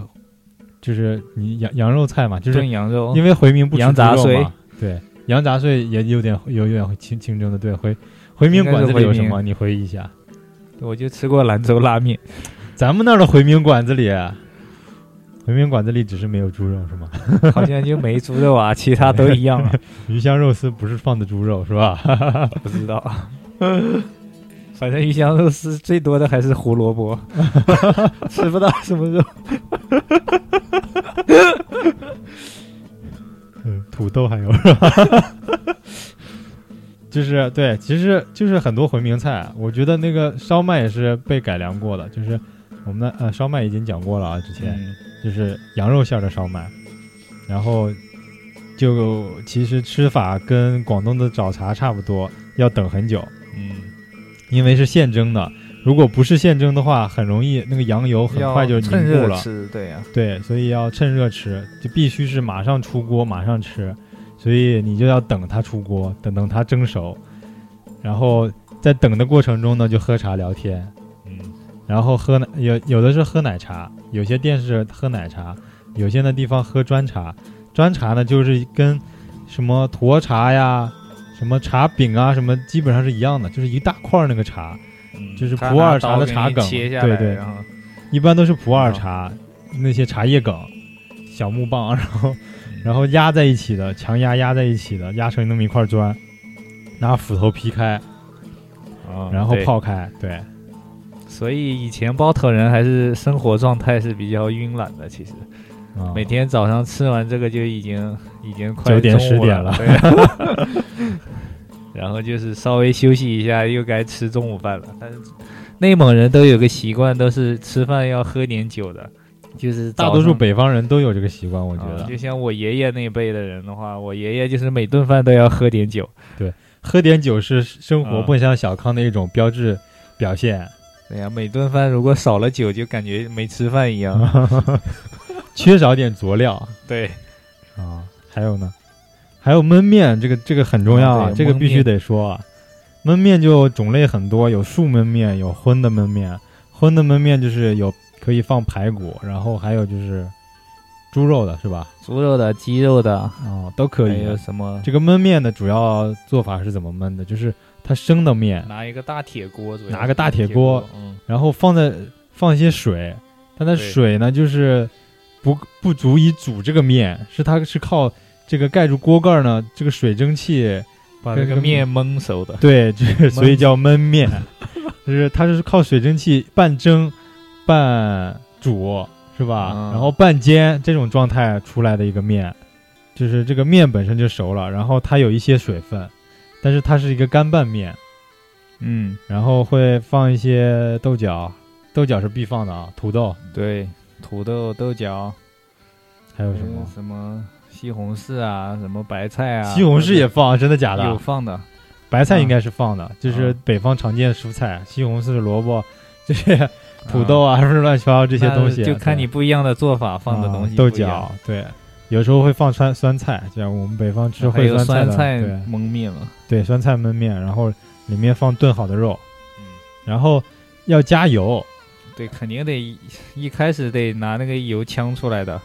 Speaker 2: 就是你羊羊肉菜嘛，就是
Speaker 1: 炖羊肉，
Speaker 2: 因为回民不吃
Speaker 1: 羊杂
Speaker 2: 猪肉
Speaker 1: 碎
Speaker 2: 嘛，对，羊杂碎也有点有有点清清蒸的，对，回回民馆子里有什么？你回忆一 下，
Speaker 1: 我就吃过兰州拉面，
Speaker 2: 咱们那儿的回民馆子里，啊回民馆子里只是没有猪肉是吗？
Speaker 1: 好像就没猪肉啊，其他都一样啊，
Speaker 2: 鱼香肉丝不是放的猪肉是吧？
Speaker 1: 不知道。反正鱼香肉丝最多的还是胡萝卜， 吃不到什么肉。
Speaker 2: 嗯，土豆还有是吧？ 就是对，其实就是很多回民菜，啊我觉得那个烧麦也是被改良过的，就是我们的呃烧麦已经讲过了啊，之前、
Speaker 1: 嗯
Speaker 2: 就是羊肉馅儿的烧麦，然后就其实吃法跟广东的早茶差不多，要等很久，
Speaker 1: 嗯，
Speaker 2: 因为是现蒸的，如果不是现蒸的话，很容易那个羊油很快就
Speaker 1: 要
Speaker 2: 凝
Speaker 1: 趁
Speaker 2: 固
Speaker 1: 热
Speaker 2: 了，
Speaker 1: 吃，对呀、
Speaker 2: 对，所以要趁热吃，就必须是马上出锅，马上吃，所以你就要等它出锅，等等它蒸熟，然后在等的过程中呢，就喝茶聊天，
Speaker 1: 嗯，
Speaker 2: 然后喝奶有有的是喝奶茶，有些店是喝奶茶，有些的地方喝砖茶，砖茶呢就是跟什么沱茶呀、什么茶饼啊什么基本上是一样的，就是一大块儿那个茶，
Speaker 1: 嗯
Speaker 2: 就是
Speaker 1: 他
Speaker 2: 普
Speaker 1: 拿
Speaker 2: 洱茶
Speaker 1: 刀
Speaker 2: 的
Speaker 1: 给
Speaker 2: 茶
Speaker 1: 你
Speaker 2: 梗
Speaker 1: 切下
Speaker 2: 对
Speaker 1: 来
Speaker 2: 对
Speaker 1: 然后
Speaker 2: 一般都是普洱茶、那些茶叶梗、小木棒， 然后然后压在一起的，强压压在一起的，压成那么一块砖，拿斧头劈开，
Speaker 1: 啊
Speaker 2: 然后
Speaker 1: 对
Speaker 2: 泡开，对
Speaker 1: 所以以前包头人还是生活状态是比较慵懒的，其实
Speaker 2: 啊
Speaker 1: 每天早上吃完这个就已经已经快
Speaker 2: 9点
Speaker 1: 中
Speaker 2: 10
Speaker 1: 午
Speaker 2: 点了
Speaker 1: 对啊 然后就是稍微休息一下，又该吃中午饭了。但是内蒙人都有个习惯，都是吃饭要喝点酒的，就是
Speaker 2: 大
Speaker 1: 早
Speaker 2: 多数
Speaker 1: 上
Speaker 2: 北方人都有这个习惯，我觉
Speaker 1: 啊
Speaker 2: 得、
Speaker 1: 就像我爷爷那辈的人的话，我爷爷就是每顿饭都要喝点酒。
Speaker 2: 喝点酒是生活
Speaker 1: 啊
Speaker 2: 奔向小康的一种标志表现，
Speaker 1: 对呀、每顿饭如果少了酒，就感觉没吃饭一样。
Speaker 2: 缺少点佐料
Speaker 1: 对，嗯
Speaker 2: 啊。还有呢，还有焖面，这个这个很重要
Speaker 1: 啊
Speaker 2: 啊，
Speaker 1: 对
Speaker 2: 这个必
Speaker 1: 焖
Speaker 2: 须
Speaker 1: 面
Speaker 2: 得说啊。焖面就种类很多，有素焖面，有荤的焖面。荤的焖面就是有可以放排骨，然后还有就是猪肉的，是吧？
Speaker 1: 猪肉的、鸡肉的，
Speaker 2: 哦，都可
Speaker 1: 还
Speaker 2: 以
Speaker 1: 有。什么？
Speaker 2: 这个焖面的主要做法是怎么焖的？就是它生的面，
Speaker 1: 拿一个大铁锅左右，
Speaker 2: 拿个大铁锅
Speaker 1: 锅，嗯，
Speaker 2: 然后放在放一些水，但它
Speaker 1: 对
Speaker 2: 水呢就是不不足以煮这个面，是它是靠这个盖住锅盖呢，这个水蒸气
Speaker 1: 把
Speaker 2: 这
Speaker 1: 这
Speaker 2: 个
Speaker 1: 个面焖熟的，
Speaker 2: 对，就是所以叫焖面，就是它是靠水蒸气半蒸半煮是吧？
Speaker 1: 嗯
Speaker 2: 然后半煎这种状态出来的一个面，就是这个面本身就熟了，然后它有一些水分，但是它是一个干拌面，
Speaker 1: 嗯，
Speaker 2: 然后会放一些豆角，豆角是必放的啊，土豆
Speaker 1: 对，土豆、豆角，
Speaker 2: 还有
Speaker 1: 还
Speaker 2: 什么？
Speaker 1: 什么西红柿啊，什么白菜啊，
Speaker 2: 西红柿也
Speaker 1: 或者
Speaker 2: 放，真的假的？
Speaker 1: 有放的，
Speaker 2: 白菜
Speaker 1: 啊
Speaker 2: 应该是放的，就是
Speaker 1: 啊
Speaker 2: 北方常见蔬菜，西红柿、萝卜这些土
Speaker 1: 啊
Speaker 2: 豆啊，什么乱七八糟这
Speaker 1: 这
Speaker 2: 些东西，啊
Speaker 1: 就看
Speaker 2: 对
Speaker 1: 你不一样的做法放的东西
Speaker 2: 啊豆
Speaker 1: 不一样
Speaker 2: 角，，对，有时候会放酸酸菜，就像我们北方吃
Speaker 1: 还
Speaker 2: 会
Speaker 1: 有
Speaker 2: 酸
Speaker 1: 酸
Speaker 2: 菜
Speaker 1: 菜
Speaker 2: 的，对
Speaker 1: 焖面嘛，
Speaker 2: 对，酸菜焖面，然后里面放炖好的肉，
Speaker 1: 嗯
Speaker 2: 然后要加油，
Speaker 1: 对，肯定得一一开始得拿那个油呛出来的。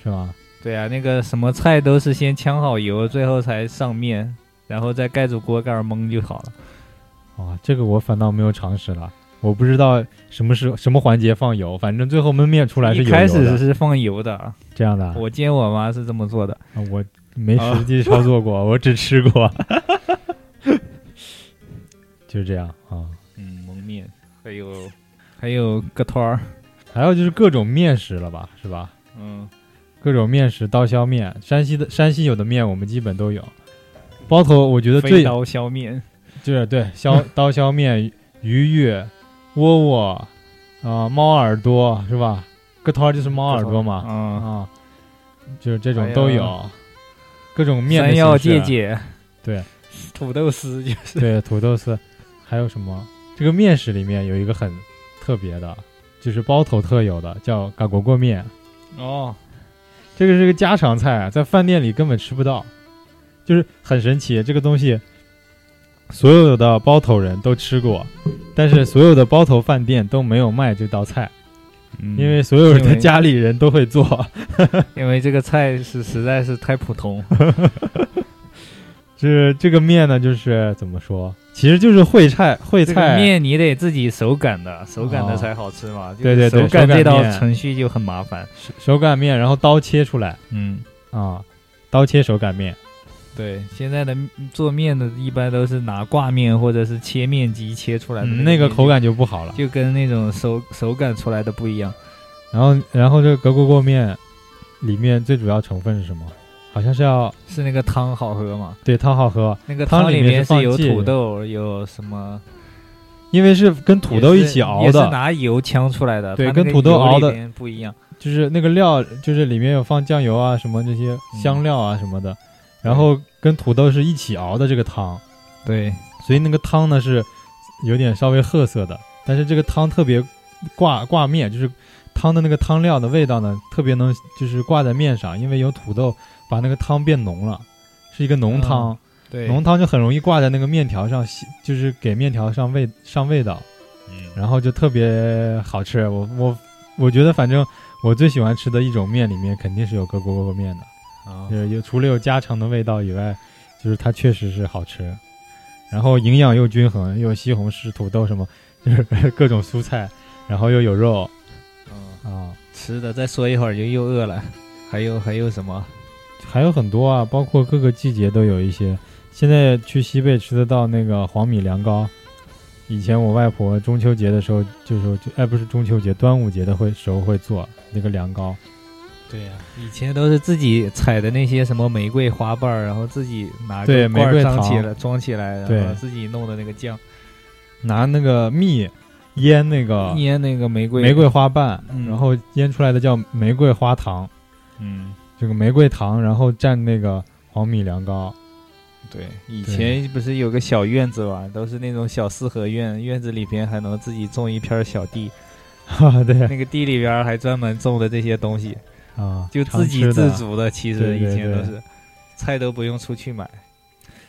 Speaker 2: 是吧？
Speaker 1: 对啊，那个什么菜都是先呛好油，最后才上面，然后再盖住锅盖儿焖就好了。
Speaker 2: 啊，这个我反倒没有常识了，我不知道什么时候什么环节放油，反正最后焖面出来是
Speaker 1: 一
Speaker 2: 有
Speaker 1: 开
Speaker 2: 油
Speaker 1: 始
Speaker 2: 的，
Speaker 1: 是放油的啊，
Speaker 2: 这样的啊，
Speaker 1: 我见我妈是这么做的。
Speaker 2: 啊我没
Speaker 1: 啊
Speaker 2: 实际操作过，我只吃 过， 就是这样啊。
Speaker 1: 嗯，蒙面，还有还有个托儿，
Speaker 2: 还有就是各种面食了吧，是吧？
Speaker 1: 嗯，
Speaker 2: 各种面食，刀削面，山西的山西有的面我们基本都有。包头我觉得
Speaker 1: 飞
Speaker 2: 最
Speaker 1: 刀削面，
Speaker 2: 就是对削刀削面、鱼鱼、 窝窝，啊、猫耳朵是吧？个头儿就是猫耳朵嘛，哎
Speaker 1: 嗯，
Speaker 2: 啊，就是这种
Speaker 1: 还
Speaker 2: 都
Speaker 1: 有
Speaker 2: 有，各种面的
Speaker 1: 山药
Speaker 2: 形式
Speaker 1: 芥芥，
Speaker 2: 对，
Speaker 1: 土豆丝就是
Speaker 2: 对土豆丝，还有什么？这个面食里面有一个很特别的，就是包头特有的，叫嘎果果面。
Speaker 1: 哦，
Speaker 2: 这个是个家常菜啊，在饭店里根本吃不到，就是很神奇。这个东西，所有的包头人都吃过，但是所有的包头饭店都没有卖这道菜，
Speaker 1: 嗯
Speaker 2: 因为所有人
Speaker 1: 因
Speaker 2: 的
Speaker 1: 为
Speaker 2: 家里人都会做。
Speaker 1: 因为这个菜是实在是太普通，
Speaker 2: 这这个面呢，就是怎么说，其实就是烩菜，烩
Speaker 1: 这个
Speaker 2: 菜
Speaker 1: 面你得自己手擀的，手擀
Speaker 2: 哦
Speaker 1: 的才好吃嘛。
Speaker 2: 对对对
Speaker 1: 手擀
Speaker 2: 手擀
Speaker 1: 这道
Speaker 2: 面
Speaker 1: 程序就很麻烦。
Speaker 2: 手手擀面，然后刀切出来
Speaker 1: 嗯，
Speaker 2: 啊，刀切手擀面。
Speaker 1: 对，现在的做面的一般都是拿挂面或者是切面机切出来的，
Speaker 2: 嗯，那个口感就不好了。
Speaker 1: 就跟那种手手擀出来的不一样。
Speaker 2: 然后，然后这个格锅锅面里面最主要成分是什么？好像是要
Speaker 1: 是那个汤好喝吗？
Speaker 2: 对汤好喝，
Speaker 1: 那个
Speaker 2: 汤
Speaker 1: 汤
Speaker 2: 里面
Speaker 1: 面
Speaker 2: 是放
Speaker 1: 有
Speaker 2: 芥
Speaker 1: 土
Speaker 2: 末
Speaker 1: 豆，有什么
Speaker 2: 因为是跟土豆一起熬
Speaker 1: 也是也是
Speaker 2: 的，
Speaker 1: 拿油呛出来的。
Speaker 2: 对
Speaker 1: 它那
Speaker 2: 跟
Speaker 1: 个
Speaker 2: 土豆
Speaker 1: 油
Speaker 2: 熬
Speaker 1: 里
Speaker 2: 的
Speaker 1: 面不一样。
Speaker 2: 就是那个料，就是里面有放酱油啊什么这些
Speaker 1: 嗯
Speaker 2: 香料啊什么的，然后跟土豆是一起熬的这个汤，
Speaker 1: 对，
Speaker 2: 所以那个汤呢是有点稍微褐色的，但是这个汤特别挂挂面，就是汤的那个汤料的味道呢特别能就是挂在面上，因为有土豆把那个汤变浓了，是一个浓汤。
Speaker 1: 嗯对，
Speaker 2: 浓汤就很容易挂在那个面条上，吸就是给面条上味上味道，然后就特别好吃。我我我觉得反正我最喜欢吃的一种面里面肯定是有个锅锅锅面的，
Speaker 1: 啊
Speaker 2: 就是有除了有家常的味道以外，就是它确实是好吃，然后营养又均衡，又有西红柿、土豆什么，就是 各种蔬菜，然后又有肉
Speaker 1: 嗯
Speaker 2: 啊，
Speaker 1: 吃的，再说一会儿就又饿了。还有还有什么？
Speaker 2: 还有很多啊，包括各个季节都有一些。现在去西贝吃得到那个黄米凉糕，以前我外婆中秋节的时候，就是就哎不是中秋节，端午节的会时候会做那个凉糕，
Speaker 1: 对呀、以前都是自己采的那些什么玫瑰花瓣儿，然后自己拿
Speaker 2: 对
Speaker 1: 个罐
Speaker 2: 玫瑰
Speaker 1: 儿装
Speaker 2: 糖
Speaker 1: 起来，装起来，
Speaker 2: 对
Speaker 1: 然后自己弄的那个酱，
Speaker 2: 拿那个蜜腌那个
Speaker 1: 腌那个玫瑰
Speaker 2: 啊玫瑰，花瓣，
Speaker 1: 嗯
Speaker 2: 然后腌出来的叫玫瑰花糖，
Speaker 1: 嗯，
Speaker 2: 这个玫瑰糖，然后蘸那个黄米凉糕，
Speaker 1: 对，以
Speaker 2: 对
Speaker 1: 前不是有个小院子嘛，都是那种小四合院，院子里边还能自己种一片小地，
Speaker 2: 哈、哈，对
Speaker 1: 那个地里边儿还专门种的这些东西，
Speaker 2: 啊，
Speaker 1: 就
Speaker 2: 常
Speaker 1: 自给
Speaker 2: 吃
Speaker 1: 自
Speaker 2: 的
Speaker 1: 足的。其实
Speaker 2: 对对
Speaker 1: 以前都
Speaker 2: 对
Speaker 1: 是菜都不用出去买，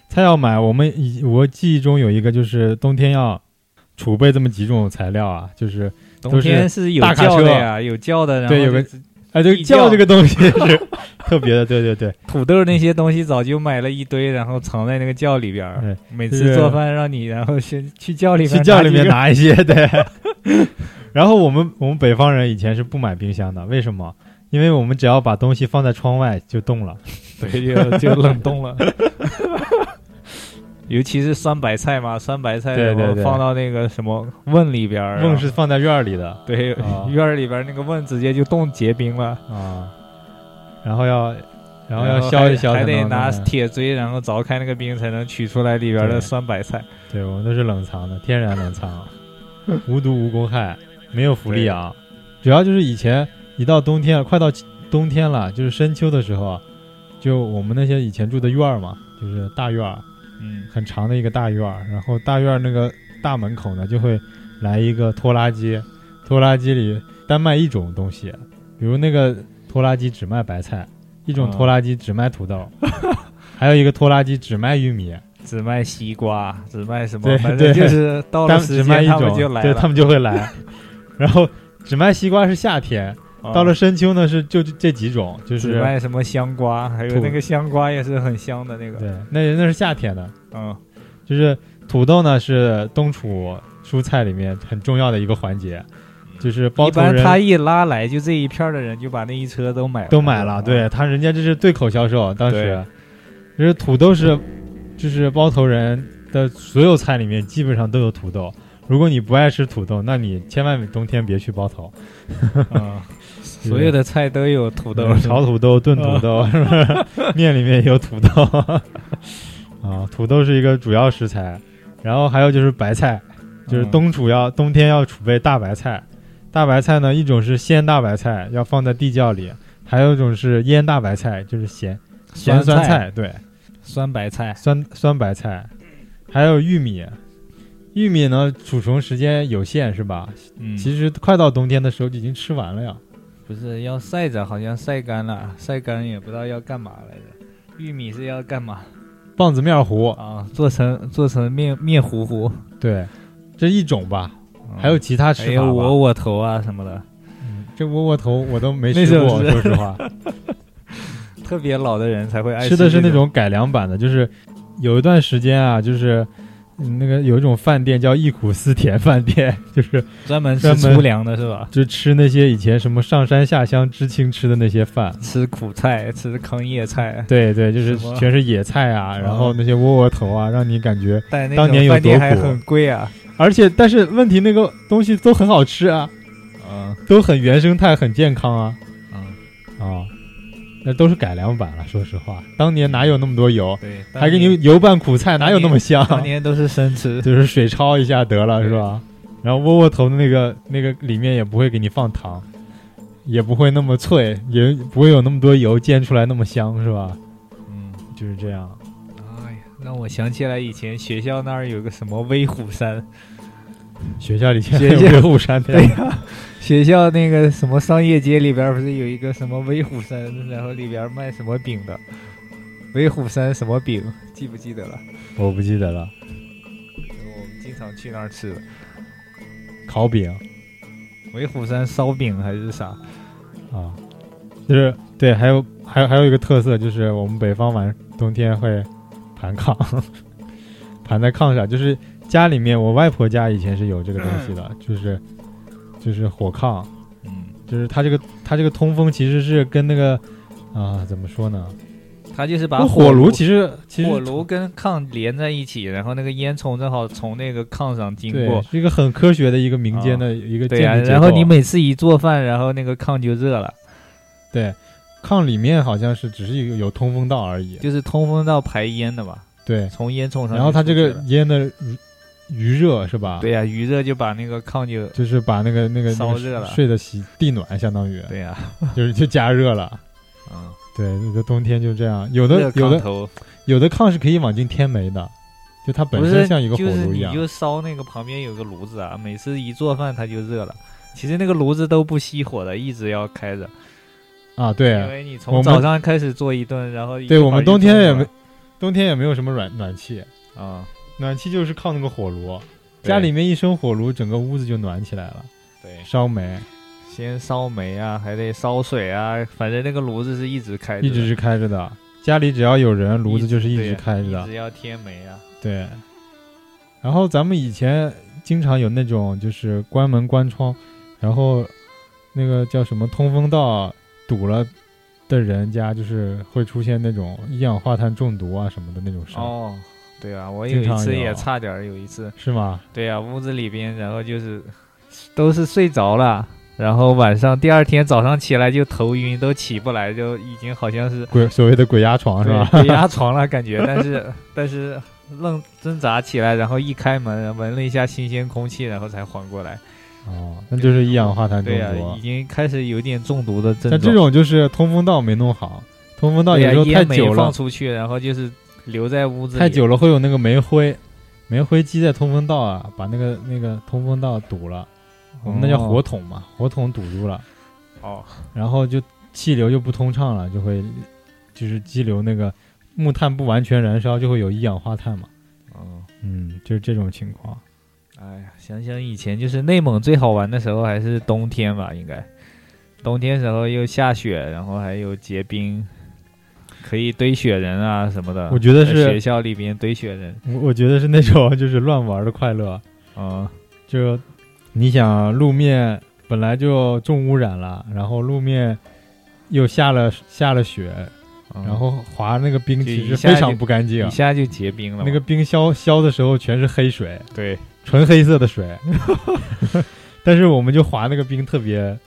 Speaker 2: 菜要买，我们以我记忆中有一个就是冬天要储备这么几种材料啊，就是
Speaker 1: 冬天是有
Speaker 2: 大卡
Speaker 1: 窖
Speaker 2: 车
Speaker 1: 的呀，有窖的，然后
Speaker 2: 对有
Speaker 1: 就
Speaker 2: 个
Speaker 1: 自
Speaker 2: 哎，这个
Speaker 1: 地窖
Speaker 2: 窖这个东西 是特别的，对对对，
Speaker 1: 土豆那些东西早就买了一堆，然后藏在那个窖里边儿
Speaker 2: 对。
Speaker 1: 每
Speaker 2: 就是
Speaker 1: 次做饭让你，然后先去窖里边
Speaker 2: 去窖里面
Speaker 1: 几个。
Speaker 2: 拿一些，对。 然后我们我们北方人以前是不买冰箱的，为什么？因为我们只要把东西放在窗外就冻了，
Speaker 1: 对，就就冷 冻了。尤其是酸白菜嘛，酸白菜
Speaker 2: 对
Speaker 1: 然
Speaker 2: 对
Speaker 1: 后
Speaker 2: 对
Speaker 1: 放到那个什么瓮里边儿，啊
Speaker 2: 瓮是放在院儿里的
Speaker 1: 对
Speaker 2: 啊
Speaker 1: 院儿里边儿那个瓮直接就冻结冰了，
Speaker 2: 啊。然后要，然后要
Speaker 1: 还
Speaker 2: 削一削才
Speaker 1: 还
Speaker 2: 能
Speaker 1: 得
Speaker 2: 弄
Speaker 1: 拿
Speaker 2: 开
Speaker 1: 铁锥，然后凿开那个冰才能取出来里边儿
Speaker 2: 对
Speaker 1: 的酸白菜。
Speaker 2: 对我们都是冷藏的，天然冷 藏，无毒无公害，没有氟利昂。主要就是以前一到冬天，快到冬天了，就是深秋的时候啊，就我们那些以前住的院儿嘛，就是大院儿，
Speaker 1: 嗯，
Speaker 2: 很长的一个大院儿，然后大院儿那个大门口呢，就会来一个拖拉机，拖拉机里单卖一种东西，比如那个拖拉机只卖白菜，一种
Speaker 1: 嗯
Speaker 2: 拖拉机只卖土豆，还有一个拖拉机只卖玉米。
Speaker 1: 只卖西瓜，只卖什
Speaker 2: 对
Speaker 1: 么，反
Speaker 2: 对
Speaker 1: 正就是到
Speaker 2: 他
Speaker 1: 了
Speaker 2: 们只
Speaker 1: 时
Speaker 2: 卖
Speaker 1: 间
Speaker 2: 一
Speaker 1: 他
Speaker 2: 种
Speaker 1: 们，就来
Speaker 2: 对他
Speaker 1: 了。
Speaker 2: 们就会 来。然后只卖西瓜是夏天，到了
Speaker 1: 啊
Speaker 2: 深秋呢是就就这几种，就
Speaker 1: 只
Speaker 2: 是
Speaker 1: 卖什么香瓜，还有
Speaker 2: 土
Speaker 1: 那个香瓜也是很香的那个。
Speaker 2: 对，那那是夏天的，
Speaker 1: 嗯，
Speaker 2: 就是土豆呢是冬储蔬菜里面很重要的一个环节，就是包
Speaker 1: 一
Speaker 2: 头
Speaker 1: 般
Speaker 2: 人
Speaker 1: 他一拉来，就这一片儿的人就把那一车都买
Speaker 2: 都买了，
Speaker 1: 啊
Speaker 2: 对他人家这是对口销售，当时
Speaker 1: 对
Speaker 2: 就是土豆是就是包头人的所有菜里面基本上都有土豆。如果你不爱吃土豆，那你千万冬天别去包头。
Speaker 1: 嗯，所有的菜都有土豆
Speaker 2: 嗯，炒土豆、炖土豆，是不是？面里面也有土豆 啊，土豆是一个主要食材，然后还有就是白菜，就是
Speaker 1: 嗯
Speaker 2: 冬储要、冬天要储备大白菜。大白菜呢，一种是鲜大白菜，要放在地窖里；还有一种是腌大白菜，就是咸咸酸
Speaker 1: 酸、
Speaker 2: 菜，对，
Speaker 1: 酸白菜，
Speaker 2: 酸酸白菜，还有玉米。玉米呢，储存时间有限，是吧？
Speaker 1: 嗯，
Speaker 2: 其实快到冬天的时候就已经吃完了呀。
Speaker 1: 不是要晒着，好像晒干了，晒干也不知道要干嘛来着。玉米是要干嘛
Speaker 2: 棒子面糊，
Speaker 1: 啊？做成做成面面糊糊，
Speaker 2: 对，这一种吧。
Speaker 1: 嗯
Speaker 2: 还有其他吃
Speaker 1: 还
Speaker 2: 法吧
Speaker 1: 有窝窝头啊什么的，
Speaker 2: 嗯这窝窝头我都没
Speaker 1: 那
Speaker 2: 吃
Speaker 1: 种
Speaker 2: 过，
Speaker 1: 是
Speaker 2: 说 实话，
Speaker 1: 特别老的人才会爱
Speaker 2: 吃的是
Speaker 1: 那
Speaker 2: 那种改良版的，就是有一段时间啊，就是嗯那个有一种饭店叫忆苦思甜饭店， 就是
Speaker 1: 专门吃
Speaker 2: 专门
Speaker 1: 粗粮的是吧？
Speaker 2: 就吃那些以前什么上山下乡知青吃的那些饭。
Speaker 1: 吃苦菜，吃糠叶菜，
Speaker 2: 对对，就是
Speaker 1: 什么
Speaker 2: 全是野菜啊，然后
Speaker 1: 嗯
Speaker 2: 那些窝窝头啊，让你感觉，
Speaker 1: 但那
Speaker 2: 当年
Speaker 1: 种
Speaker 2: 有
Speaker 1: 饭
Speaker 2: 多
Speaker 1: 店还
Speaker 2: 苦
Speaker 1: 很贵啊。
Speaker 2: 而且但是问题那个东西都很好吃啊，
Speaker 1: 嗯
Speaker 2: 都很原生态，很健康啊
Speaker 1: 嗯，
Speaker 2: 啊，那都是改良版了。说实话，当年哪有那么多油，
Speaker 1: 对，当
Speaker 2: 还给
Speaker 1: 年
Speaker 2: 你油拌苦菜，哪有那么 香？
Speaker 1: 当年都是生吃，
Speaker 2: 就是水焯一下得了，
Speaker 1: 对
Speaker 2: 是吧？然后窝窝头的那个那个里面也不会给你放糖，也不会那么脆，也不会有那么多油，煎出来那么香，是吧？
Speaker 1: 嗯，
Speaker 2: 就是这样。
Speaker 1: 哎呀，让我想起来以前学校那儿有个什么威虎山，
Speaker 2: 学校里现在
Speaker 1: 学
Speaker 2: 有
Speaker 1: 校
Speaker 2: 威虎山的
Speaker 1: 对呀、学校那个什么商业街里边儿不是有一个什么威虎山，然后里边儿卖什么饼的，威虎山什么饼，记不记得了？
Speaker 2: 我不记得了。
Speaker 1: 我们经常去那儿吃的，
Speaker 2: 烤饼
Speaker 1: 威虎山烧饼还是啥？
Speaker 2: 啊，就是对，还有还有还有一个特色就是我们北方晚冬天会盘炕， 盘在炕上，就是家里面我外婆家以前是有这个东西的， 就是就是火炕，
Speaker 1: 嗯，
Speaker 2: 就是它这个它这个通风其实是跟那个啊怎么说呢？
Speaker 1: 他就是把
Speaker 2: 跟火
Speaker 1: 炉
Speaker 2: 炉其实其实
Speaker 1: 火炉跟炕连在一起，然后那个烟囱正好从那个炕上经
Speaker 2: 对
Speaker 1: 过。啊
Speaker 2: 是一个很科学的一个民间的一个
Speaker 1: 对呀、
Speaker 2: 建筑结构啊
Speaker 1: 然后你每次一做饭，然后那个炕就热了，
Speaker 2: 对炕里面好像是只是有有通风道而已，
Speaker 1: 就是通风道排烟的嘛，
Speaker 2: 对。
Speaker 1: 从烟囱上就出去了。
Speaker 2: 然后它这个烟的余余热是吧？，
Speaker 1: 对呀、余热就把那个炕就
Speaker 2: 就是把那个那个
Speaker 1: 烧
Speaker 2: 那
Speaker 1: 热
Speaker 2: 个
Speaker 1: 了
Speaker 2: 睡的席地暖，相当于
Speaker 1: 对呀、
Speaker 2: 就是 就加热了。
Speaker 1: 嗯，
Speaker 2: 对，这个冬天就这样。有
Speaker 1: 热
Speaker 2: 的有
Speaker 1: 炕
Speaker 2: 的
Speaker 1: 头
Speaker 2: 有的炕是可以往进添煤的，就它本
Speaker 1: 不
Speaker 2: 身
Speaker 1: 是
Speaker 2: 像一个火
Speaker 1: 就是
Speaker 2: 炉一
Speaker 1: 你
Speaker 2: 样。
Speaker 1: 就烧那个旁边有个炉子啊，每次一做饭它就热了。其实那个炉子都不熄火的，一直要开着，
Speaker 2: 啊，
Speaker 1: 因
Speaker 2: 对
Speaker 1: 为你
Speaker 2: 我
Speaker 1: 从
Speaker 2: 们
Speaker 1: 早上开始做一顿，然后一
Speaker 2: 对，
Speaker 1: 会儿
Speaker 2: 我们
Speaker 1: 就
Speaker 2: 冬天
Speaker 1: 中午
Speaker 2: 也
Speaker 1: 了
Speaker 2: 没冬天也没有什么暖暖气，
Speaker 1: 啊，
Speaker 2: 暖气就是靠那个火炉。
Speaker 1: 对
Speaker 2: 家里面一生火炉，整个屋子就暖起来了，
Speaker 1: 对，
Speaker 2: 烧煤
Speaker 1: 先烧煤啊，还得烧水啊，反正那个炉子是一直开着的，
Speaker 2: 一直是开着的。家里只要有人，炉子就是一
Speaker 1: 对
Speaker 2: 直开着的
Speaker 1: 一。直要添煤啊。
Speaker 2: 对，然后咱们以前经常有那种就是关门关窗，然后那个叫什么通风道堵了的人家，就是会出现那种一氧化碳中毒啊什么的那种事儿，
Speaker 1: 哦，对啊，我有
Speaker 2: 经
Speaker 1: 一
Speaker 2: 常
Speaker 1: 次
Speaker 2: 有
Speaker 1: 也差点儿有一次，
Speaker 2: 是吗？
Speaker 1: 对呀、屋子里边，然后就是都是睡着了，然后晚上第二天早上起来就头晕，都起不来，就已经好像是
Speaker 2: 鬼所谓的鬼压床是
Speaker 1: 对
Speaker 2: 吧？
Speaker 1: 被压床了 感觉，但是但是愣挣扎起来，然后一开门闻了一下新鲜空气，然后才缓过来。
Speaker 2: 哦，那就是一氧化碳中
Speaker 1: 对
Speaker 2: 毒。
Speaker 1: 呀、已经开始有点中毒的症
Speaker 2: 像
Speaker 1: 状。
Speaker 2: 啊这种就是通风道没弄好，通风道
Speaker 1: 对
Speaker 2: 有
Speaker 1: 呀、
Speaker 2: 时候太
Speaker 1: 烟没
Speaker 2: 久了
Speaker 1: 放，出去，然后就是留在屋子里
Speaker 2: 太久了会有那个煤灰，煤灰积在通风道啊，把那个那个通风道堵了，我们那叫
Speaker 1: 哦
Speaker 2: 火筒嘛，火筒堵住了。
Speaker 1: 哦，
Speaker 2: 然后就气流就不通畅了，就会就是激流那个木炭不完全燃烧，就会有一氧化碳嘛。
Speaker 1: 嗯。
Speaker 2: 嗯，就是这种情况。
Speaker 1: 哎呀，想想以前就是内蒙最好玩的时候还是冬天吧，应该冬天时候又下雪，然后还有结冰，可以堆雪人啊什么的。
Speaker 2: 我觉得
Speaker 1: 在
Speaker 2: 是
Speaker 1: 学校里边堆雪人，
Speaker 2: 我我觉得是那种就是乱玩的快乐，
Speaker 1: 嗯，
Speaker 2: 就你想路面本来就重污染了，然后路面又下了下了雪，
Speaker 1: 嗯
Speaker 2: 然后滑那个冰
Speaker 1: 就
Speaker 2: 其
Speaker 1: 一
Speaker 2: 实
Speaker 1: 下
Speaker 2: 非
Speaker 1: 就
Speaker 2: 常不干净啊
Speaker 1: 一。下就结冰了嘛。
Speaker 2: 那个冰消消的时候全是黑水，
Speaker 1: 对，
Speaker 2: 纯黑色的 水，但是我们就滑那个冰特别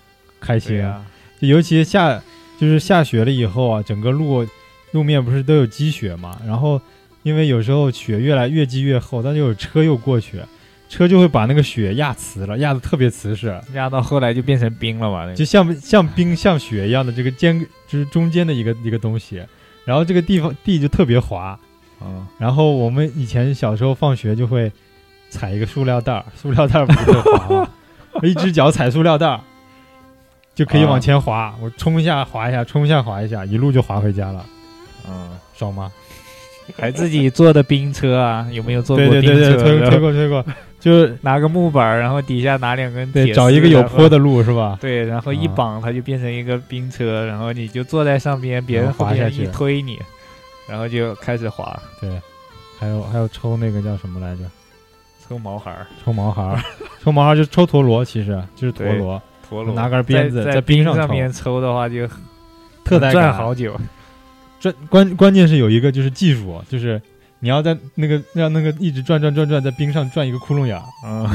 Speaker 2: 开
Speaker 1: 对
Speaker 2: 心。
Speaker 1: 啊，
Speaker 2: 就尤其下就是下雪了以后啊，整个路路面不是都有积雪嘛，然后因为有时候雪越来越积越厚，但是有车又过去，车就会把那个雪压瓷了，压得特别瓷实，
Speaker 1: 压到后来就变成冰了嘛。那
Speaker 2: 就
Speaker 1: 个
Speaker 2: 像像冰像雪一样的这个间就是中间的一个一个东西，然后这个地方地就特别滑，
Speaker 1: 嗯，
Speaker 2: 然后我们以前小时候放学就会踩一个塑料袋儿，塑料袋儿不是会滑吗？一只脚踩塑料袋儿就可以
Speaker 1: 啊
Speaker 2: 往前滑，我冲一下滑一下，冲一下滑一下，一路就滑回家了，
Speaker 1: 嗯，
Speaker 2: 爽吗？
Speaker 1: 还自己坐的冰车啊？有没有坐过
Speaker 2: 对对
Speaker 1: 冰车？
Speaker 2: 对对，推
Speaker 1: 然后
Speaker 2: 推过推 过，就是
Speaker 1: 拿个木板儿，然后底下拿两根铁
Speaker 2: 对
Speaker 1: 丝，
Speaker 2: 找一个有
Speaker 1: 然后
Speaker 2: 坡的路是吧？
Speaker 1: 对，然后一
Speaker 2: 啊
Speaker 1: 绑它就变成一个冰车，然后你就坐在上边，别
Speaker 2: 然
Speaker 1: 人
Speaker 2: 后
Speaker 1: 后
Speaker 2: 滑下
Speaker 1: 边
Speaker 2: 去
Speaker 1: 一推你，然后就开始滑。
Speaker 2: 对，还有还有抽那个叫什么来着？
Speaker 1: 抽毛孩儿、
Speaker 2: 抽毛孩儿， 抽毛孩儿就是抽陀螺，其实就是陀
Speaker 1: 对
Speaker 2: 螺，
Speaker 1: 陀螺，
Speaker 2: 拿根鞭子
Speaker 1: 在
Speaker 2: 在冰
Speaker 1: 冰
Speaker 2: 上抽
Speaker 1: 面抽的话就
Speaker 2: 特带
Speaker 1: 转
Speaker 2: 感。
Speaker 1: 好久。
Speaker 2: 转关关键是有一个就是技术，就是你要在那个让那个一直转转转转，在冰上转一个窟窿眼儿，
Speaker 1: 嗯，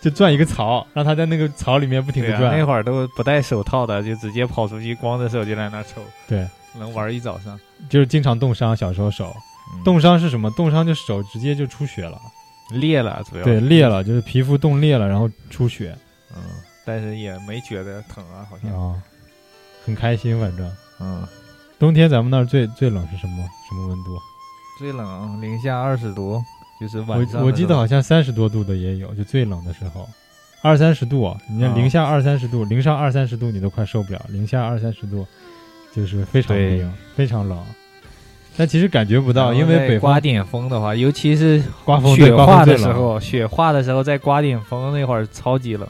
Speaker 2: 就转一个槽，让它在那个槽里面不停
Speaker 1: 对
Speaker 2: 的
Speaker 1: 啊，
Speaker 2: 转。
Speaker 1: 那会儿都不戴手套的，就直接跑出去，光着手就在那抽，
Speaker 2: 对，
Speaker 1: 能玩一早上。
Speaker 2: 就是经常冻伤，小时候手
Speaker 1: 嗯
Speaker 2: 冻伤是什么？冻伤就手直接就出血了，
Speaker 1: 裂了，主要
Speaker 2: 对，裂了，就是皮肤冻裂了，然后出血
Speaker 1: 嗯，但是也没觉得疼啊，好像，
Speaker 2: 啊，很开心，反正
Speaker 1: 嗯，
Speaker 2: 冬天咱们那儿最最冷是什么什么温度？啊
Speaker 1: 最冷零下二十度，就是晚上的时
Speaker 2: 我
Speaker 1: 候。
Speaker 2: 我记得好像三十多度的也有，就最冷的时候，二三十度，你看
Speaker 1: 啊
Speaker 2: 零下二三十度，零上二三十度你都快受不了，零下二三十度就是非常
Speaker 1: 对
Speaker 2: 冷，非常冷。但其实感觉不
Speaker 1: 然
Speaker 2: 到，
Speaker 1: 后
Speaker 2: 因为
Speaker 1: 再
Speaker 2: 北
Speaker 1: 刮
Speaker 2: 方
Speaker 1: 点风的话，尤其是
Speaker 2: 刮风对
Speaker 1: 雪
Speaker 2: 刮
Speaker 1: 化
Speaker 2: 风最
Speaker 1: 的时
Speaker 2: 冷，
Speaker 1: 候，雪化的时候再刮点风，那会儿超级冷。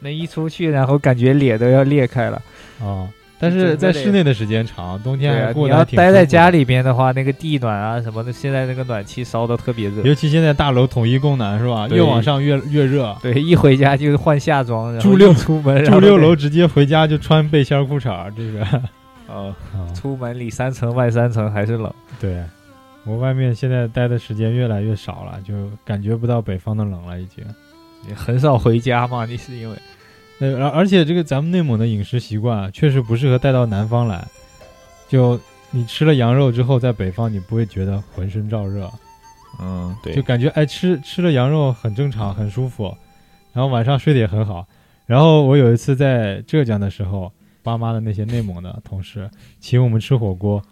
Speaker 1: 那一出去，然后感觉脸都要裂开了。
Speaker 2: 啊。但
Speaker 1: 整
Speaker 2: 是
Speaker 1: 个
Speaker 2: 在
Speaker 1: 得
Speaker 2: 室内的时间长，冬天
Speaker 1: 对
Speaker 2: 还
Speaker 1: 啊，你
Speaker 2: 过得
Speaker 1: 要
Speaker 2: 还挺
Speaker 1: 待
Speaker 2: 舒
Speaker 1: 在
Speaker 2: 服
Speaker 1: 家
Speaker 2: 的，
Speaker 1: 里边的话，那个地暖啊什么的，现在那个暖气烧的特别热。
Speaker 2: 尤其现在大楼统一供暖是吧？
Speaker 1: 对
Speaker 2: 越往上越越热，
Speaker 1: 对，一回家就换夏装，然后
Speaker 2: 住六
Speaker 1: 一出门，然
Speaker 2: 住
Speaker 1: 后
Speaker 2: 六
Speaker 1: 得
Speaker 2: 楼直接回家就穿背心儿裤衩儿， 这个
Speaker 1: 哦，
Speaker 2: 啊，
Speaker 1: 出门里三层外三层还是冷。
Speaker 2: 对，我外面现在待的时间越来越少了，就感觉不到北方的冷了，已经。
Speaker 1: 你很少回家嘛？你是因为
Speaker 2: 呃，而而且这个咱们内蒙的饮食习惯啊确实不适合带到南方来。就你吃了羊肉之后，在北方你不会觉得浑身燥热，
Speaker 1: 嗯，对
Speaker 2: 就感觉哎吃吃了羊肉很正常，很舒服，然后晚上睡得也很好。然后我有一次在浙江的时候，爸妈的那些内蒙的同事请我们吃火锅，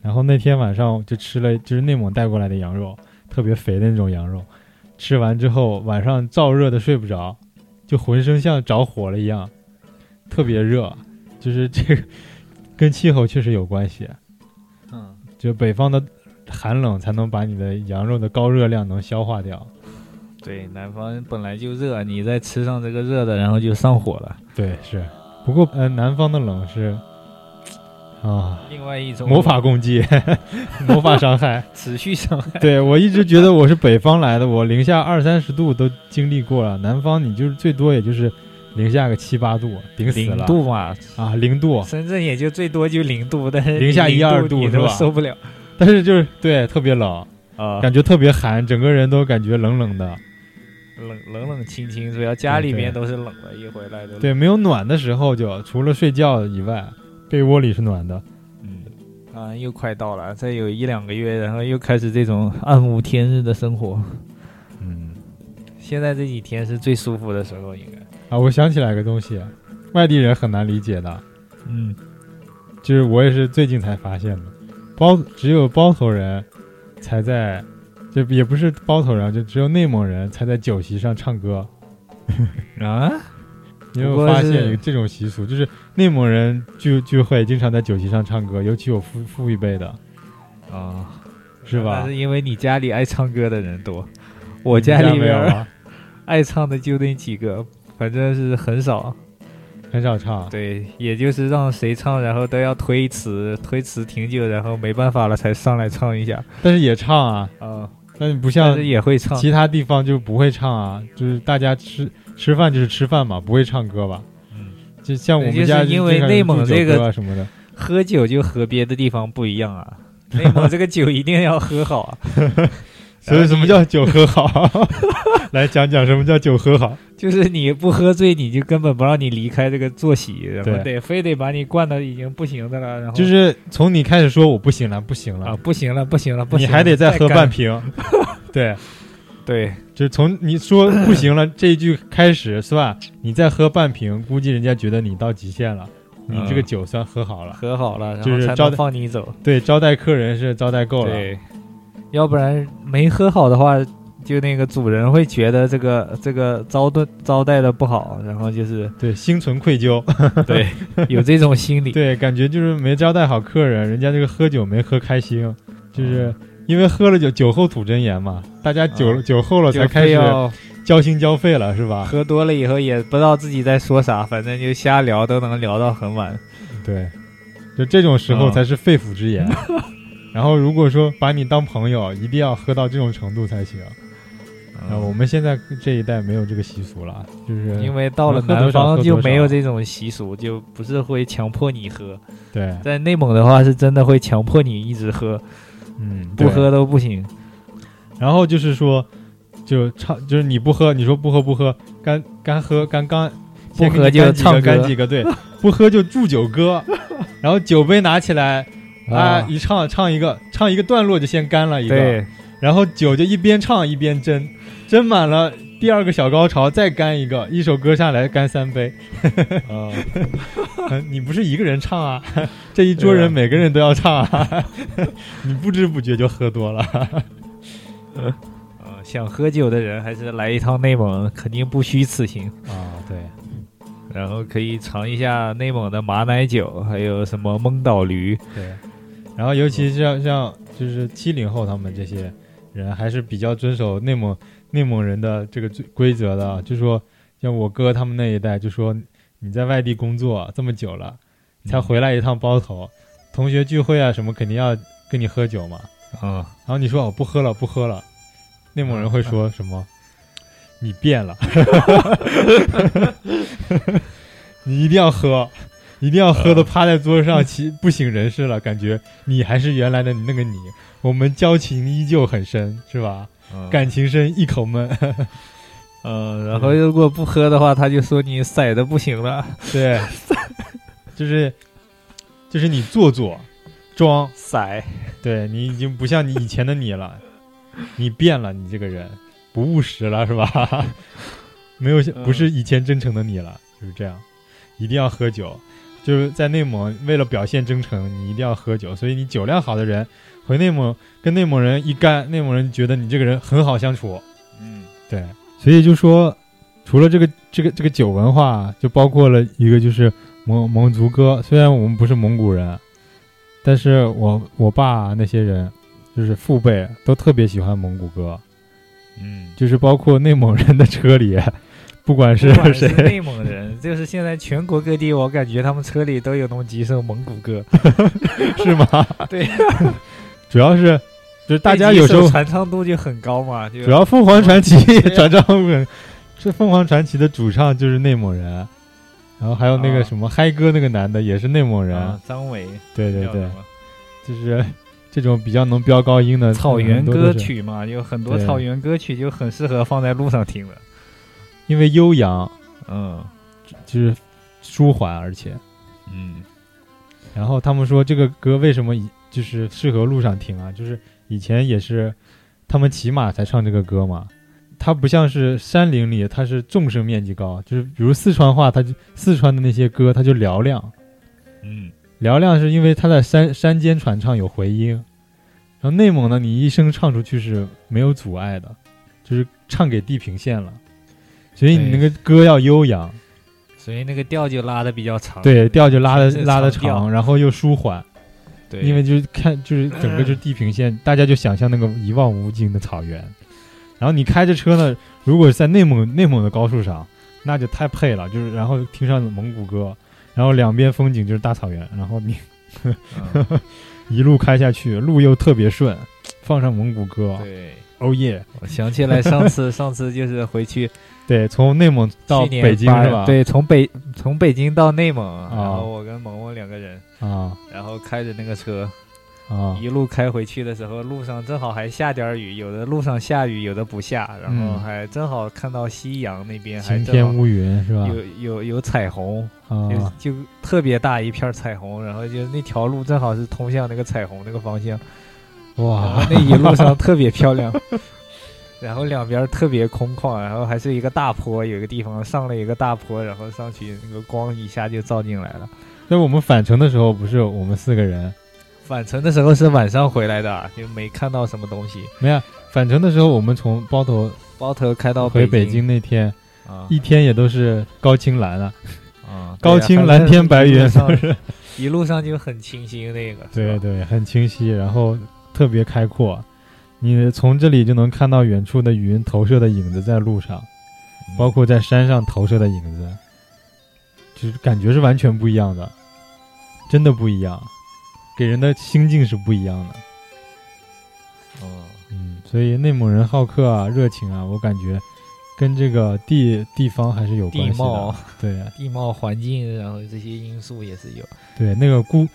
Speaker 2: 然后那天晚上就吃了就是内蒙带过来的羊肉，特别肥的那种羊肉，吃完之后晚上燥热的睡不着，就浑身像着火了一样，特别热，就是这个跟气候确实有关系。
Speaker 1: 嗯，
Speaker 2: 就北方的寒冷才能把你的羊肉的高热量能消化掉。
Speaker 1: 对，南方本来就热，你再吃上这个热的，然后就上火了。
Speaker 2: 对，是。不过呃，南方的冷是啊，
Speaker 1: 另外一种
Speaker 2: 魔法攻击， 魔法伤害。
Speaker 1: 持续伤 害，
Speaker 2: 对我一直觉得我是北方来的，我零下二三十度都经历过了，南方你就是最多也就是零下个七八度，顶死
Speaker 1: 零
Speaker 2: 了
Speaker 1: 度嘛，
Speaker 2: 啊，零度。
Speaker 1: 深圳也就最多就零度，但是
Speaker 2: 零下一二度
Speaker 1: 你
Speaker 2: 是
Speaker 1: 都
Speaker 2: 吧
Speaker 1: 受不了
Speaker 2: 但是就是对特别冷，
Speaker 1: 啊，
Speaker 2: 感觉特别寒，整个人都感觉冷冷的。
Speaker 1: 冷冷冷清清，主要家
Speaker 2: 对
Speaker 1: 里
Speaker 2: 对
Speaker 1: 面都是冷的，一回来都冷
Speaker 2: 对，没有暖的时候就除了睡觉以外，被窝里是暖的。
Speaker 1: 嗯。啊，又快到了，再有一两个月，然后又开始这种暗无天日的生活。
Speaker 2: 嗯。
Speaker 1: 现在这几天是最舒服的时候，应该。
Speaker 2: 啊，我想起来个东西，外地人很难理解的，
Speaker 1: 嗯，
Speaker 2: 就是我也是最近才发现的，包只有包头人才在，就也不是包头人，就只有内蒙人才在酒席上唱歌。
Speaker 1: 啊，
Speaker 2: 你有没有
Speaker 1: 不过
Speaker 2: 发现
Speaker 1: 是
Speaker 2: 有这种习俗？就是内蒙人聚聚会经常在酒席上唱歌，尤其有父父一辈的，
Speaker 1: 啊，
Speaker 2: 是吧
Speaker 1: 那？是因为你家里爱唱歌的人多，我家
Speaker 2: 你
Speaker 1: 里
Speaker 2: 没有
Speaker 1: 边
Speaker 2: 啊，
Speaker 1: 爱唱的就那几个，反正是很少。
Speaker 2: 很少唱。啊
Speaker 1: 对，也就是让谁唱，然后都要推迟，推迟挺久，然后没办法了才上来唱一下。
Speaker 2: 但是也唱啊，
Speaker 1: 啊，
Speaker 2: 但是不
Speaker 1: 但
Speaker 2: 像
Speaker 1: 是也会唱。
Speaker 2: 其他地方就不会唱啊，就是大家吃吃饭就是吃饭嘛，不会唱歌吧？
Speaker 1: 嗯，
Speaker 2: 就像我们家
Speaker 1: 就是因
Speaker 2: 就
Speaker 1: 为
Speaker 2: 经常有
Speaker 1: 内蒙这个
Speaker 2: 祝酒歌啊什么的，
Speaker 1: 喝酒就和别的地方不一样 啊。内蒙这个酒一定要喝好啊，
Speaker 2: 所以什么叫酒喝 好？来讲讲什么叫酒喝好。
Speaker 1: 就是你不喝醉，你就根本不让你离开这个坐席，然后
Speaker 2: 对
Speaker 1: 得非得把你灌到已经不行的了，然后
Speaker 2: 就是从你开始说我不行了，不行了，
Speaker 1: 啊，不行了，不行了，不
Speaker 2: 你
Speaker 1: 行了，
Speaker 2: 还得再喝
Speaker 1: 干
Speaker 2: 半瓶。 对，
Speaker 1: 对，
Speaker 2: 就是从你说不行了这一句开始算，你再喝半瓶，估计人家觉得你到极限了，你这个
Speaker 1: 嗯
Speaker 2: 酒算喝好了。
Speaker 1: 和好了，然
Speaker 2: 就
Speaker 1: 后
Speaker 2: 是
Speaker 1: 才
Speaker 2: 招
Speaker 1: 能
Speaker 2: 待
Speaker 1: 放你走。
Speaker 2: 对，招待客人是招待够了。
Speaker 1: 对，要不然没和好的话，就那个主人会觉得这个这个招待招待的不好，然后就是
Speaker 2: 对，心存愧疚。
Speaker 1: 对 有这种心 理。
Speaker 2: 对，感觉就是没招待好客人，人家这个喝酒没喝开心，就是因为喝了酒，酒后吐真言嘛，大家酒、
Speaker 1: 嗯
Speaker 2: 酒后了
Speaker 1: 就
Speaker 2: 才开
Speaker 1: 非
Speaker 2: 始
Speaker 1: 要
Speaker 2: 交心交肺了，是 吧？
Speaker 1: 喝多了以后也不知道自己在说啥，反正就瞎聊，都能聊到很晚。
Speaker 2: 对，就这种时候
Speaker 1: 嗯
Speaker 2: 才是肺腑之言。 然后如果说把你当朋友，一定要喝到这种程度才行。
Speaker 1: 嗯
Speaker 2: 然后我们现在这一代没有这个习俗了，就是
Speaker 1: 因为到了
Speaker 2: 喝
Speaker 1: 南
Speaker 2: 多少喝
Speaker 1: 方
Speaker 2: 多
Speaker 1: 就没有
Speaker 2: 少
Speaker 1: 这种习俗，就不是会强迫你喝。
Speaker 2: 对，
Speaker 1: 在内蒙的话，是真的会强迫你一直喝，
Speaker 2: 嗯，
Speaker 1: 不
Speaker 2: 对
Speaker 1: 喝都不行。
Speaker 2: 然后就是说，就唱，就是你不喝，你说不喝不喝，干干喝干干，
Speaker 1: 不
Speaker 2: 先给
Speaker 1: 喝
Speaker 2: 你
Speaker 1: 就
Speaker 2: 干几个
Speaker 1: 唱
Speaker 2: 干
Speaker 1: 歌
Speaker 2: 几个， 对，不喝就祝酒歌，然后酒杯拿起来，啊，一唱唱一个，唱一个段落就先干了一个，
Speaker 1: 对，
Speaker 2: 然后酒就一边唱一边斟，斟满了。第二个小高潮，再干一个，一首歌下来干三 杯。
Speaker 1: 啊，
Speaker 2: 嗯你不是一个人唱啊， 这一桌
Speaker 1: 对
Speaker 2: 人
Speaker 1: 啊
Speaker 2: 每个人都要唱啊， 你不知不觉就喝多了。
Speaker 1: 呃想喝酒的人还是来一趟内蒙，肯定不虚此行。
Speaker 2: 啊，对，
Speaker 1: 然后可以尝一下内蒙的马奶酒，还有什么蒙岛驴。
Speaker 2: 对，然后尤其像像就是七零后他们这些人，还是比较遵守内蒙内蒙人的这个规规则的啊。就说像我哥他们那一代，就说你在外地工作这么久了，才回来一趟包头，同学聚会啊什么肯定要跟你喝酒嘛。
Speaker 1: 啊，
Speaker 2: 然后你说我哦不喝了，不喝了，内蒙人会说什么？你变了， 你一定要喝，一定要喝的趴在桌上，其不省人事了，感觉你还是原来的那个你，我们交情依旧很深，是吧？
Speaker 1: 嗯
Speaker 2: 感情深，一口闷，
Speaker 1: 嗯，然后如果不喝的话，他就说你色的不行 了，
Speaker 2: 对，就是就是你做作装，
Speaker 1: 色。
Speaker 2: 对你已经不像你以前的你了，你变了，你这个人不务实了，是吧？ 没有像
Speaker 1: 嗯
Speaker 2: 不是以前真诚的你了，就是这样。一定要喝酒，就是在内蒙，为了表现真诚，你一定要喝酒。所以你酒量好的人回内蒙，跟内蒙人一干，内蒙人觉得你这个人很好相处。
Speaker 1: 嗯，
Speaker 2: 对，所以就说，除了这个这个这个酒文化，就包括了一个就是蒙蒙族歌。虽然我们不是蒙古人，但是我我爸那些人，就是父辈都特别喜欢蒙古歌，
Speaker 1: 嗯，
Speaker 2: 就是包括内蒙人的车里，不管是
Speaker 1: 不管是
Speaker 2: 谁，
Speaker 1: 内蒙人，就是现在全国各地，我感觉他们车里都有弄几首蒙古歌，
Speaker 2: 是吗？
Speaker 1: 对，
Speaker 2: 主要是就是大家
Speaker 1: 这几
Speaker 2: 有时候
Speaker 1: 首传唱度就很高嘛，就啊
Speaker 2: 主要《凤凰传奇》
Speaker 1: 对
Speaker 2: 传唱很，这《凤凰传奇》的主唱就是内蒙人，然后还有那
Speaker 1: 啊
Speaker 2: 个什么嗨哥那个男的也是内蒙人，
Speaker 1: 啊，张伟，
Speaker 2: 对对
Speaker 1: 叫
Speaker 2: 对
Speaker 1: 什，么
Speaker 2: 就是这种比较能飙高音的
Speaker 1: 草原
Speaker 2: 很多
Speaker 1: 歌
Speaker 2: 都是，
Speaker 1: 曲嘛，有很多
Speaker 2: 对
Speaker 1: 草原歌曲就很适合放在路上听的，
Speaker 2: 因为悠扬
Speaker 1: 嗯
Speaker 2: 就是舒缓，而且，
Speaker 1: 嗯，
Speaker 2: 然后他们说这个歌为什么以就是适合路上听啊？就是以前也是他们骑马才唱这个歌嘛。它不像是山林里，它是纵深面积高，就是比如四川话，它就四川的那些歌，它就嘹亮，
Speaker 1: 嗯，
Speaker 2: 嘹亮是因为它在山山间传唱有回音，然后内蒙呢，你一声唱出去是没有阻碍的，就是唱给地平线了，所以你那
Speaker 1: 对
Speaker 2: 个歌要悠扬，
Speaker 1: 所以那个调就拉的比较长，
Speaker 2: 对，调就拉的
Speaker 1: 是
Speaker 2: 拉的
Speaker 1: 长调
Speaker 2: 长，然后又舒缓，
Speaker 1: 对，
Speaker 2: 因为就是看就是整个就是地平线，大家就想象那个一望无尽的草原，然后你开着车呢，如果是在内蒙内蒙的高处上，那就太配了，就是然后听上蒙古歌，然后两边风景就是大草原，然后你。
Speaker 1: 嗯
Speaker 2: 一路开下去，路又特别顺，放上蒙古歌，
Speaker 1: 对。
Speaker 2: 哦耶！
Speaker 1: 我想起来上次，上次就是回去
Speaker 2: 对，从内蒙到
Speaker 1: 去年
Speaker 2: 北京
Speaker 1: 八
Speaker 2: 是吧？
Speaker 1: 对，从北从北京到内蒙，然后我跟萌萌两个人，
Speaker 2: 啊
Speaker 1: 然后开着那个车
Speaker 2: 啊
Speaker 1: 一路开回去的时候，路上正好还下点儿雨，有的路上下雨，有的不下，然后
Speaker 2: 嗯
Speaker 1: 还正好看到夕阳那边还
Speaker 2: 晴
Speaker 1: 正
Speaker 2: 天
Speaker 1: 好
Speaker 2: 乌云是吧？
Speaker 1: 有有有彩虹，
Speaker 2: 啊
Speaker 1: 就就特别大一片彩虹，然后就那条路正好是通向那个彩虹那个方向，然后
Speaker 2: 哇
Speaker 1: 那一路上特别漂亮，然后两边儿特别空旷，然后还是一个大坡，有一个地方上了一个大坡，然后上去那个光一下就照进来了。
Speaker 2: 那我们返程的时候，不是我们四个人，
Speaker 1: 返程的时候是晚上回来的，啊就没看到什么东西。
Speaker 2: 没有返程的时候，我们从包头
Speaker 1: 包头开到
Speaker 2: 回
Speaker 1: 北
Speaker 2: 哦北京那天，
Speaker 1: 啊
Speaker 2: 一天也都是高清蓝啊，
Speaker 1: 啊，
Speaker 2: 高清
Speaker 1: 对
Speaker 2: 蓝天白云
Speaker 1: 反正一路上一路上就很清新那个。
Speaker 2: 对
Speaker 1: 是吧，
Speaker 2: 对，很清晰，然后特别开阔，你从这里就能看到远处的云投射的影子在路上。
Speaker 1: 嗯
Speaker 2: 包括在山上投射的影子，就是感觉是完全不一样的，真的不一样，给人的心境是不一样的。
Speaker 1: 嗯，
Speaker 2: 嗯，所以内蒙人好客啊、热情啊，我感觉跟这个地地方还是有
Speaker 1: 地
Speaker 2: 关系
Speaker 1: 貌
Speaker 2: 的。、对啊
Speaker 1: 地貌、环境，然后这些因素也是有。
Speaker 2: 对，那个孤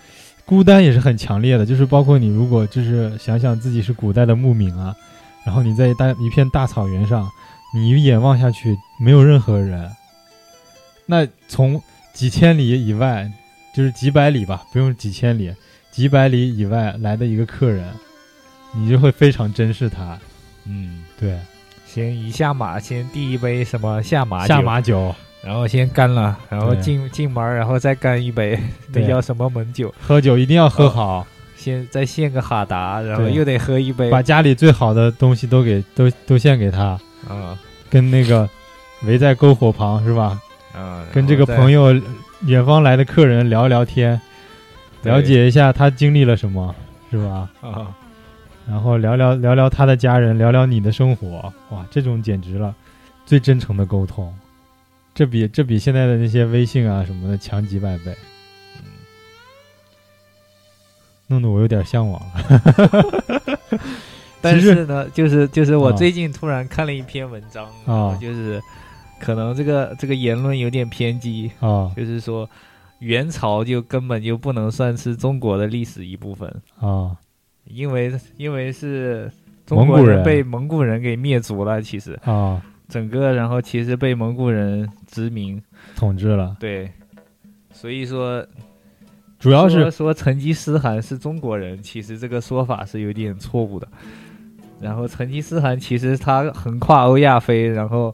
Speaker 2: 孤单也是很强烈的，就是包括你如果就是想想自己是古代的牧民啊，然后你在一大一片大草原上，你一眼望下去没有任何人，那从几千里以外，就是几百里吧，不用几千里，几百里以外来的一个客人，你就会非常珍视他。
Speaker 1: 嗯，
Speaker 2: 对，
Speaker 1: 先一下马，先递一杯什么下马
Speaker 2: 下
Speaker 1: 酒，
Speaker 2: 马酒。
Speaker 1: 然后先干了，然后
Speaker 2: 对
Speaker 1: 进进门，然后再干一杯，那
Speaker 2: 对
Speaker 1: 叫什么门酒？
Speaker 2: 喝酒一定要喝好，
Speaker 1: 先再献个哈达，然后
Speaker 2: 对
Speaker 1: 又得喝一杯
Speaker 2: 把家里最好的东西都给都都献给他，
Speaker 1: 啊
Speaker 2: 跟那个围在篝火旁是吧？
Speaker 1: 啊，
Speaker 2: 跟这个朋
Speaker 1: 友
Speaker 2: 友远方来的客人聊聊天，
Speaker 1: 对
Speaker 2: 了解一下他经历了什么，是吧？
Speaker 1: 啊，
Speaker 2: 然后聊聊聊聊他的家人，聊聊你的生活，哇，这种简直了，最真诚的沟通，这比这比现在的那些微信啊什么的强几百倍，嗯弄得我有点向往了。
Speaker 1: 但
Speaker 2: 其实
Speaker 1: 是呢，就是就是我
Speaker 2: 啊
Speaker 1: 最近突然看了一篇文章，然后就是可能这个这个言论有点偏激，
Speaker 2: 啊
Speaker 1: 就是说元朝就根本就不能算是中国的历史一部分，
Speaker 2: 啊
Speaker 1: 因为因为是中
Speaker 2: 蒙古
Speaker 1: 国人
Speaker 2: 人
Speaker 1: 被蒙古人给灭族了，其实
Speaker 2: 啊！
Speaker 1: 整个然后其实被蒙古人殖民，
Speaker 2: 统治了，
Speaker 1: 对，所以说
Speaker 2: 主要是
Speaker 1: 说说成吉思汗是中国人，其实这个说法是有点错误的。然后成吉思汗其实他横跨欧亚非，然后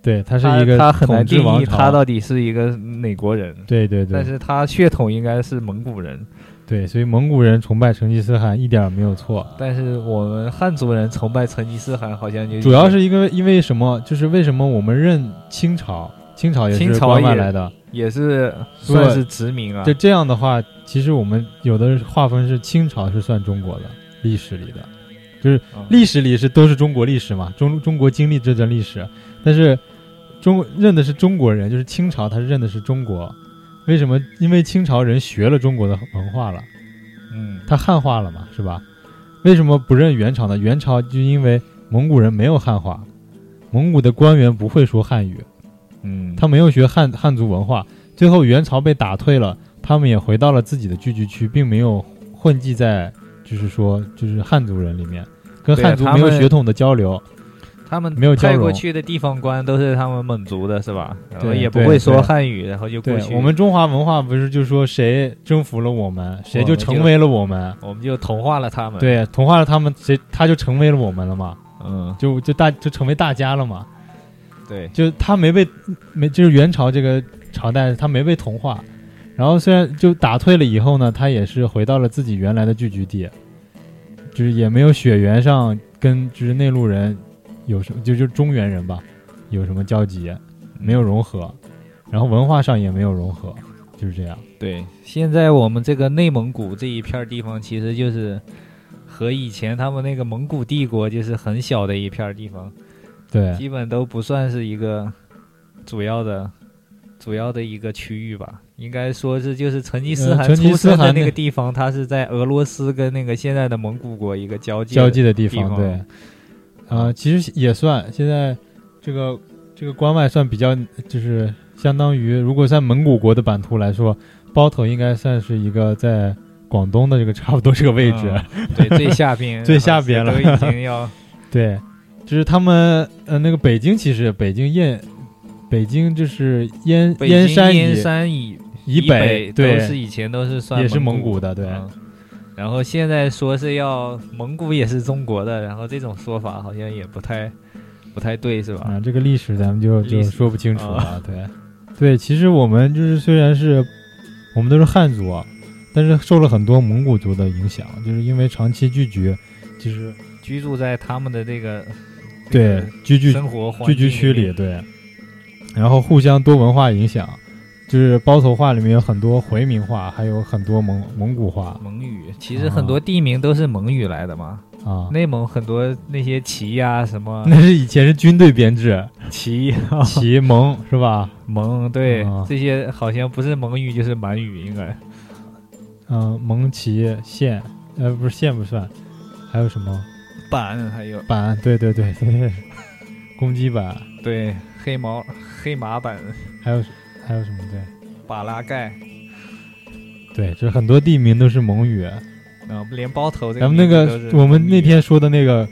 Speaker 2: 对，他是
Speaker 1: 他
Speaker 2: 一个
Speaker 1: 他很难
Speaker 2: 统治
Speaker 1: 定
Speaker 2: 王
Speaker 1: 义
Speaker 2: 朝，
Speaker 1: 他到底是一个哪国人，
Speaker 2: 对对
Speaker 1: 但
Speaker 2: 对
Speaker 1: 是他血统应该是蒙古人。
Speaker 2: 对，所以蒙古人崇拜成吉思汗一点儿没有错，
Speaker 1: 但是我们汉族人崇拜成吉思汗，好像就
Speaker 2: 主要是因为因为什么？就是为什么我们认清朝，清朝也
Speaker 1: 清
Speaker 2: 是
Speaker 1: 朝
Speaker 2: 关外
Speaker 1: 也
Speaker 2: 来的。
Speaker 1: 也是
Speaker 2: 如果
Speaker 1: 算是殖民啊
Speaker 2: 就。这样的话，其实我们有的划分是清朝是算中国的历史里的，就是
Speaker 1: 嗯
Speaker 2: 历史里是都是中国历史嘛，中中国经历这段历史，但是中认的是中国人，就是清朝他认的是中国。为什么？因为清朝人学了中国的文化了。
Speaker 1: 嗯，
Speaker 2: 他汉化了嘛，是吧？为什么不认元朝呢？元朝就因为蒙古人没有汉化，蒙古的官员不会说汉语，
Speaker 1: 嗯，
Speaker 2: 他没有学汉汉族文化，最后元朝被打退了，他们也回到了自己的聚居区，并没有混迹在就是说就是汉族人里面，跟
Speaker 1: 对啊
Speaker 2: 汉族
Speaker 1: 他
Speaker 2: 没有
Speaker 1: 们
Speaker 2: 血统的交流，
Speaker 1: 他们
Speaker 2: 没有交
Speaker 1: 派过
Speaker 2: 融
Speaker 1: 去的地方官都是他们蒙族的，是吧？然后
Speaker 2: 对
Speaker 1: 也不
Speaker 2: 对
Speaker 1: 会说
Speaker 2: 对
Speaker 1: 汉语，然后就过
Speaker 2: 对
Speaker 1: 去。
Speaker 2: 我们中华文化不是就说谁征服了我们，谁
Speaker 1: 我
Speaker 2: 就
Speaker 1: 们
Speaker 2: 成
Speaker 1: 就
Speaker 2: 为了我们，
Speaker 1: 我们就同化了他们。，
Speaker 2: 对，同化了他们，谁他就成为了我们了嘛，
Speaker 1: 嗯，
Speaker 2: 就就大就成为大家了嘛。
Speaker 1: 对，
Speaker 2: 就是他没被没就是元朝这个朝代他没被同化，然后虽然就打退了以后呢，他也是回到了自己原来的聚居地，就是也没有血缘上跟就是内陆人有什么就就中原人吧有什么交集，没有融合，然后文化上也没有融合，就是这样。
Speaker 1: 对。现在我们这个内蒙古这一片儿地方，其实就是和以前他们那个蒙古帝国就是很小的一片儿地方，
Speaker 2: 对
Speaker 1: 基本都不算是一个主要的。主要的一个区域吧，应该说是就是成吉思
Speaker 2: 呃
Speaker 1: 汗
Speaker 2: 成吉
Speaker 1: 出
Speaker 2: 思
Speaker 1: 生的
Speaker 2: 汗
Speaker 1: 那
Speaker 2: 那
Speaker 1: 个地方，它是在俄罗斯跟那个现在的蒙古国一个交界的
Speaker 2: 交际的地
Speaker 1: 地
Speaker 2: 方，
Speaker 1: 方
Speaker 2: 对，啊、其实也算现在这个这个关外算比较，就是相当于如果在蒙古国的版图来说，包头应该算是一个在广东的这个 差不多这个位置，
Speaker 1: 嗯对，最下 边，
Speaker 2: 最下 边了
Speaker 1: 都已经要
Speaker 2: 对，就是他们呃那个北京其实北京燕。北京就是燕
Speaker 1: 北
Speaker 2: 燕
Speaker 1: 京
Speaker 2: 山以
Speaker 1: 燕山以
Speaker 2: 以
Speaker 1: 北
Speaker 2: 对
Speaker 1: 都是以前都是算
Speaker 2: 也是
Speaker 1: 蒙
Speaker 2: 蒙古的对
Speaker 1: 嗯然后现在说是要蒙古也是中国的，然后这种说法好像也不太不太对，是吧？
Speaker 2: 啊，这个历史咱们就就
Speaker 1: 历史
Speaker 2: 说不清楚了。
Speaker 1: 啊
Speaker 2: 对，对，其实我们就是虽然是我们都是汉族，啊，但是受了很多蒙古族的影响，就是因为长期聚居，就是
Speaker 1: 居住在他们的这个
Speaker 2: 对居
Speaker 1: 这
Speaker 2: 居
Speaker 1: 个生活环
Speaker 2: 聚
Speaker 1: 境
Speaker 2: 居区
Speaker 1: 里
Speaker 2: 里，
Speaker 1: 面，
Speaker 2: 对，然后互相多文化影响，就是包头话里面有很多回民话，还有很多蒙蒙古话
Speaker 1: 蒙语其实很多地名都是蒙语来的嘛。
Speaker 2: 啊。嗯
Speaker 1: 内蒙很多那些旗呀、什么
Speaker 2: 那是以前是军队编 制，
Speaker 1: 旗、
Speaker 2: 旗蒙是吧？
Speaker 1: 蒙，对、
Speaker 2: 啊
Speaker 1: 这些好像不是蒙语就是满语，应该
Speaker 2: 嗯、蒙旗县，呃，不是县不算，还有什么？
Speaker 1: 板，还有
Speaker 2: 板，对对 对对对，公鸡板，
Speaker 1: 对黑毛黑马板、
Speaker 2: 还有还有什么？对
Speaker 1: 巴拉盖，
Speaker 2: 对，就是很多地名都是蒙语。
Speaker 1: 然后连包头这个
Speaker 2: 咱们
Speaker 1: 名
Speaker 2: 那
Speaker 1: 字都是
Speaker 2: 个
Speaker 1: 蒙语，
Speaker 2: 我们那天说的那个，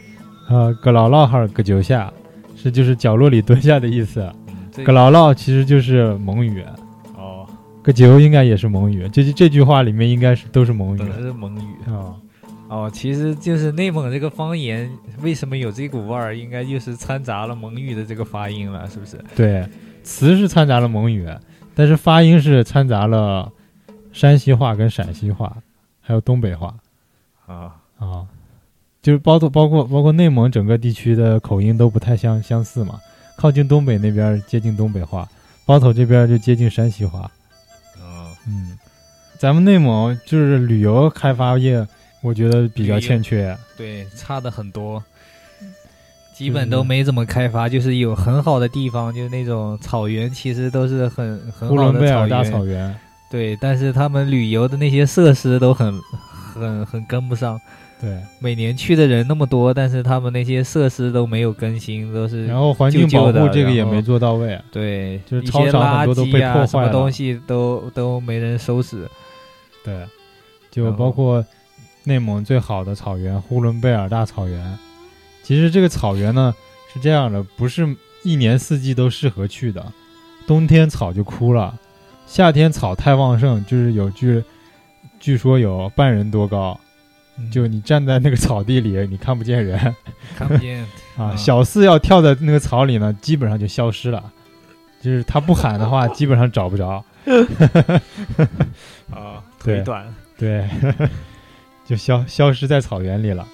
Speaker 2: 呃，葛劳劳哈尔葛九下，是就是角落里蹲下的意思。
Speaker 1: 嗯这
Speaker 2: 葛劳劳其实就是蒙语，
Speaker 1: 哦，
Speaker 2: 葛九应该也是蒙语。这这句话里面应该是都是蒙语
Speaker 1: 本来是蒙语
Speaker 2: 啊。
Speaker 1: 哦，其实就是内蒙这个方言为什么有这股味儿，应该就是掺杂了蒙语的这个发音了，是不是？
Speaker 2: 对，词是掺杂了蒙语，但是发音是掺杂了山西话、跟陕西话，还有东北话
Speaker 1: 啊，
Speaker 2: 啊，就是包括包括包括内蒙整个地区的口音都不太相相似嘛。靠近东北那边儿接近东北话，包头这边儿就接近山西话。
Speaker 1: 嗯，
Speaker 2: 嗯，咱们内蒙就是旅游开发业，我觉得比较
Speaker 1: 旅游
Speaker 2: 欠缺。
Speaker 1: 对，差的很多，
Speaker 2: 嗯
Speaker 1: 基本都没怎么开发，就是有很好的地方，就是那种草原，其实都是很
Speaker 2: 呼
Speaker 1: 很好
Speaker 2: 伦
Speaker 1: 的
Speaker 2: 贝
Speaker 1: 草
Speaker 2: 尔大
Speaker 1: 原，
Speaker 2: 草原，
Speaker 1: 对，但是他们旅游的那些设施都很很很跟不上，
Speaker 2: 对，
Speaker 1: 每年去的人那么多，但是他们那些设施都没有更新，都是
Speaker 2: 然后环境保
Speaker 1: 旧旧的
Speaker 2: 护这个也
Speaker 1: 然后
Speaker 2: 没做到位。
Speaker 1: 对，
Speaker 2: 就是
Speaker 1: 一
Speaker 2: 操
Speaker 1: 些
Speaker 2: 场
Speaker 1: 垃
Speaker 2: 很多都
Speaker 1: 圾
Speaker 2: 被
Speaker 1: 啊
Speaker 2: 破
Speaker 1: 什
Speaker 2: 坏
Speaker 1: 么
Speaker 2: 了
Speaker 1: 东西都都没人收拾。
Speaker 2: 对，就
Speaker 1: 然后
Speaker 2: 包括内蒙最好的草原呼伦贝尔大草原。其实这个草原呢是这样的，不是一年四季都适合去的，冬天草就枯了，夏天草太旺盛，就是有据据说有半人多高，就你站在那个草地里，你看不见人
Speaker 1: 嗯看不见，
Speaker 2: 啊。
Speaker 1: 嗯
Speaker 2: 小四要跳在那个草里呢，基本上就消失了。就是他不喊的话，基本上找不着。
Speaker 1: 啊，
Speaker 2: 对
Speaker 1: 腿短，
Speaker 2: 对， 就消消失在草原里了。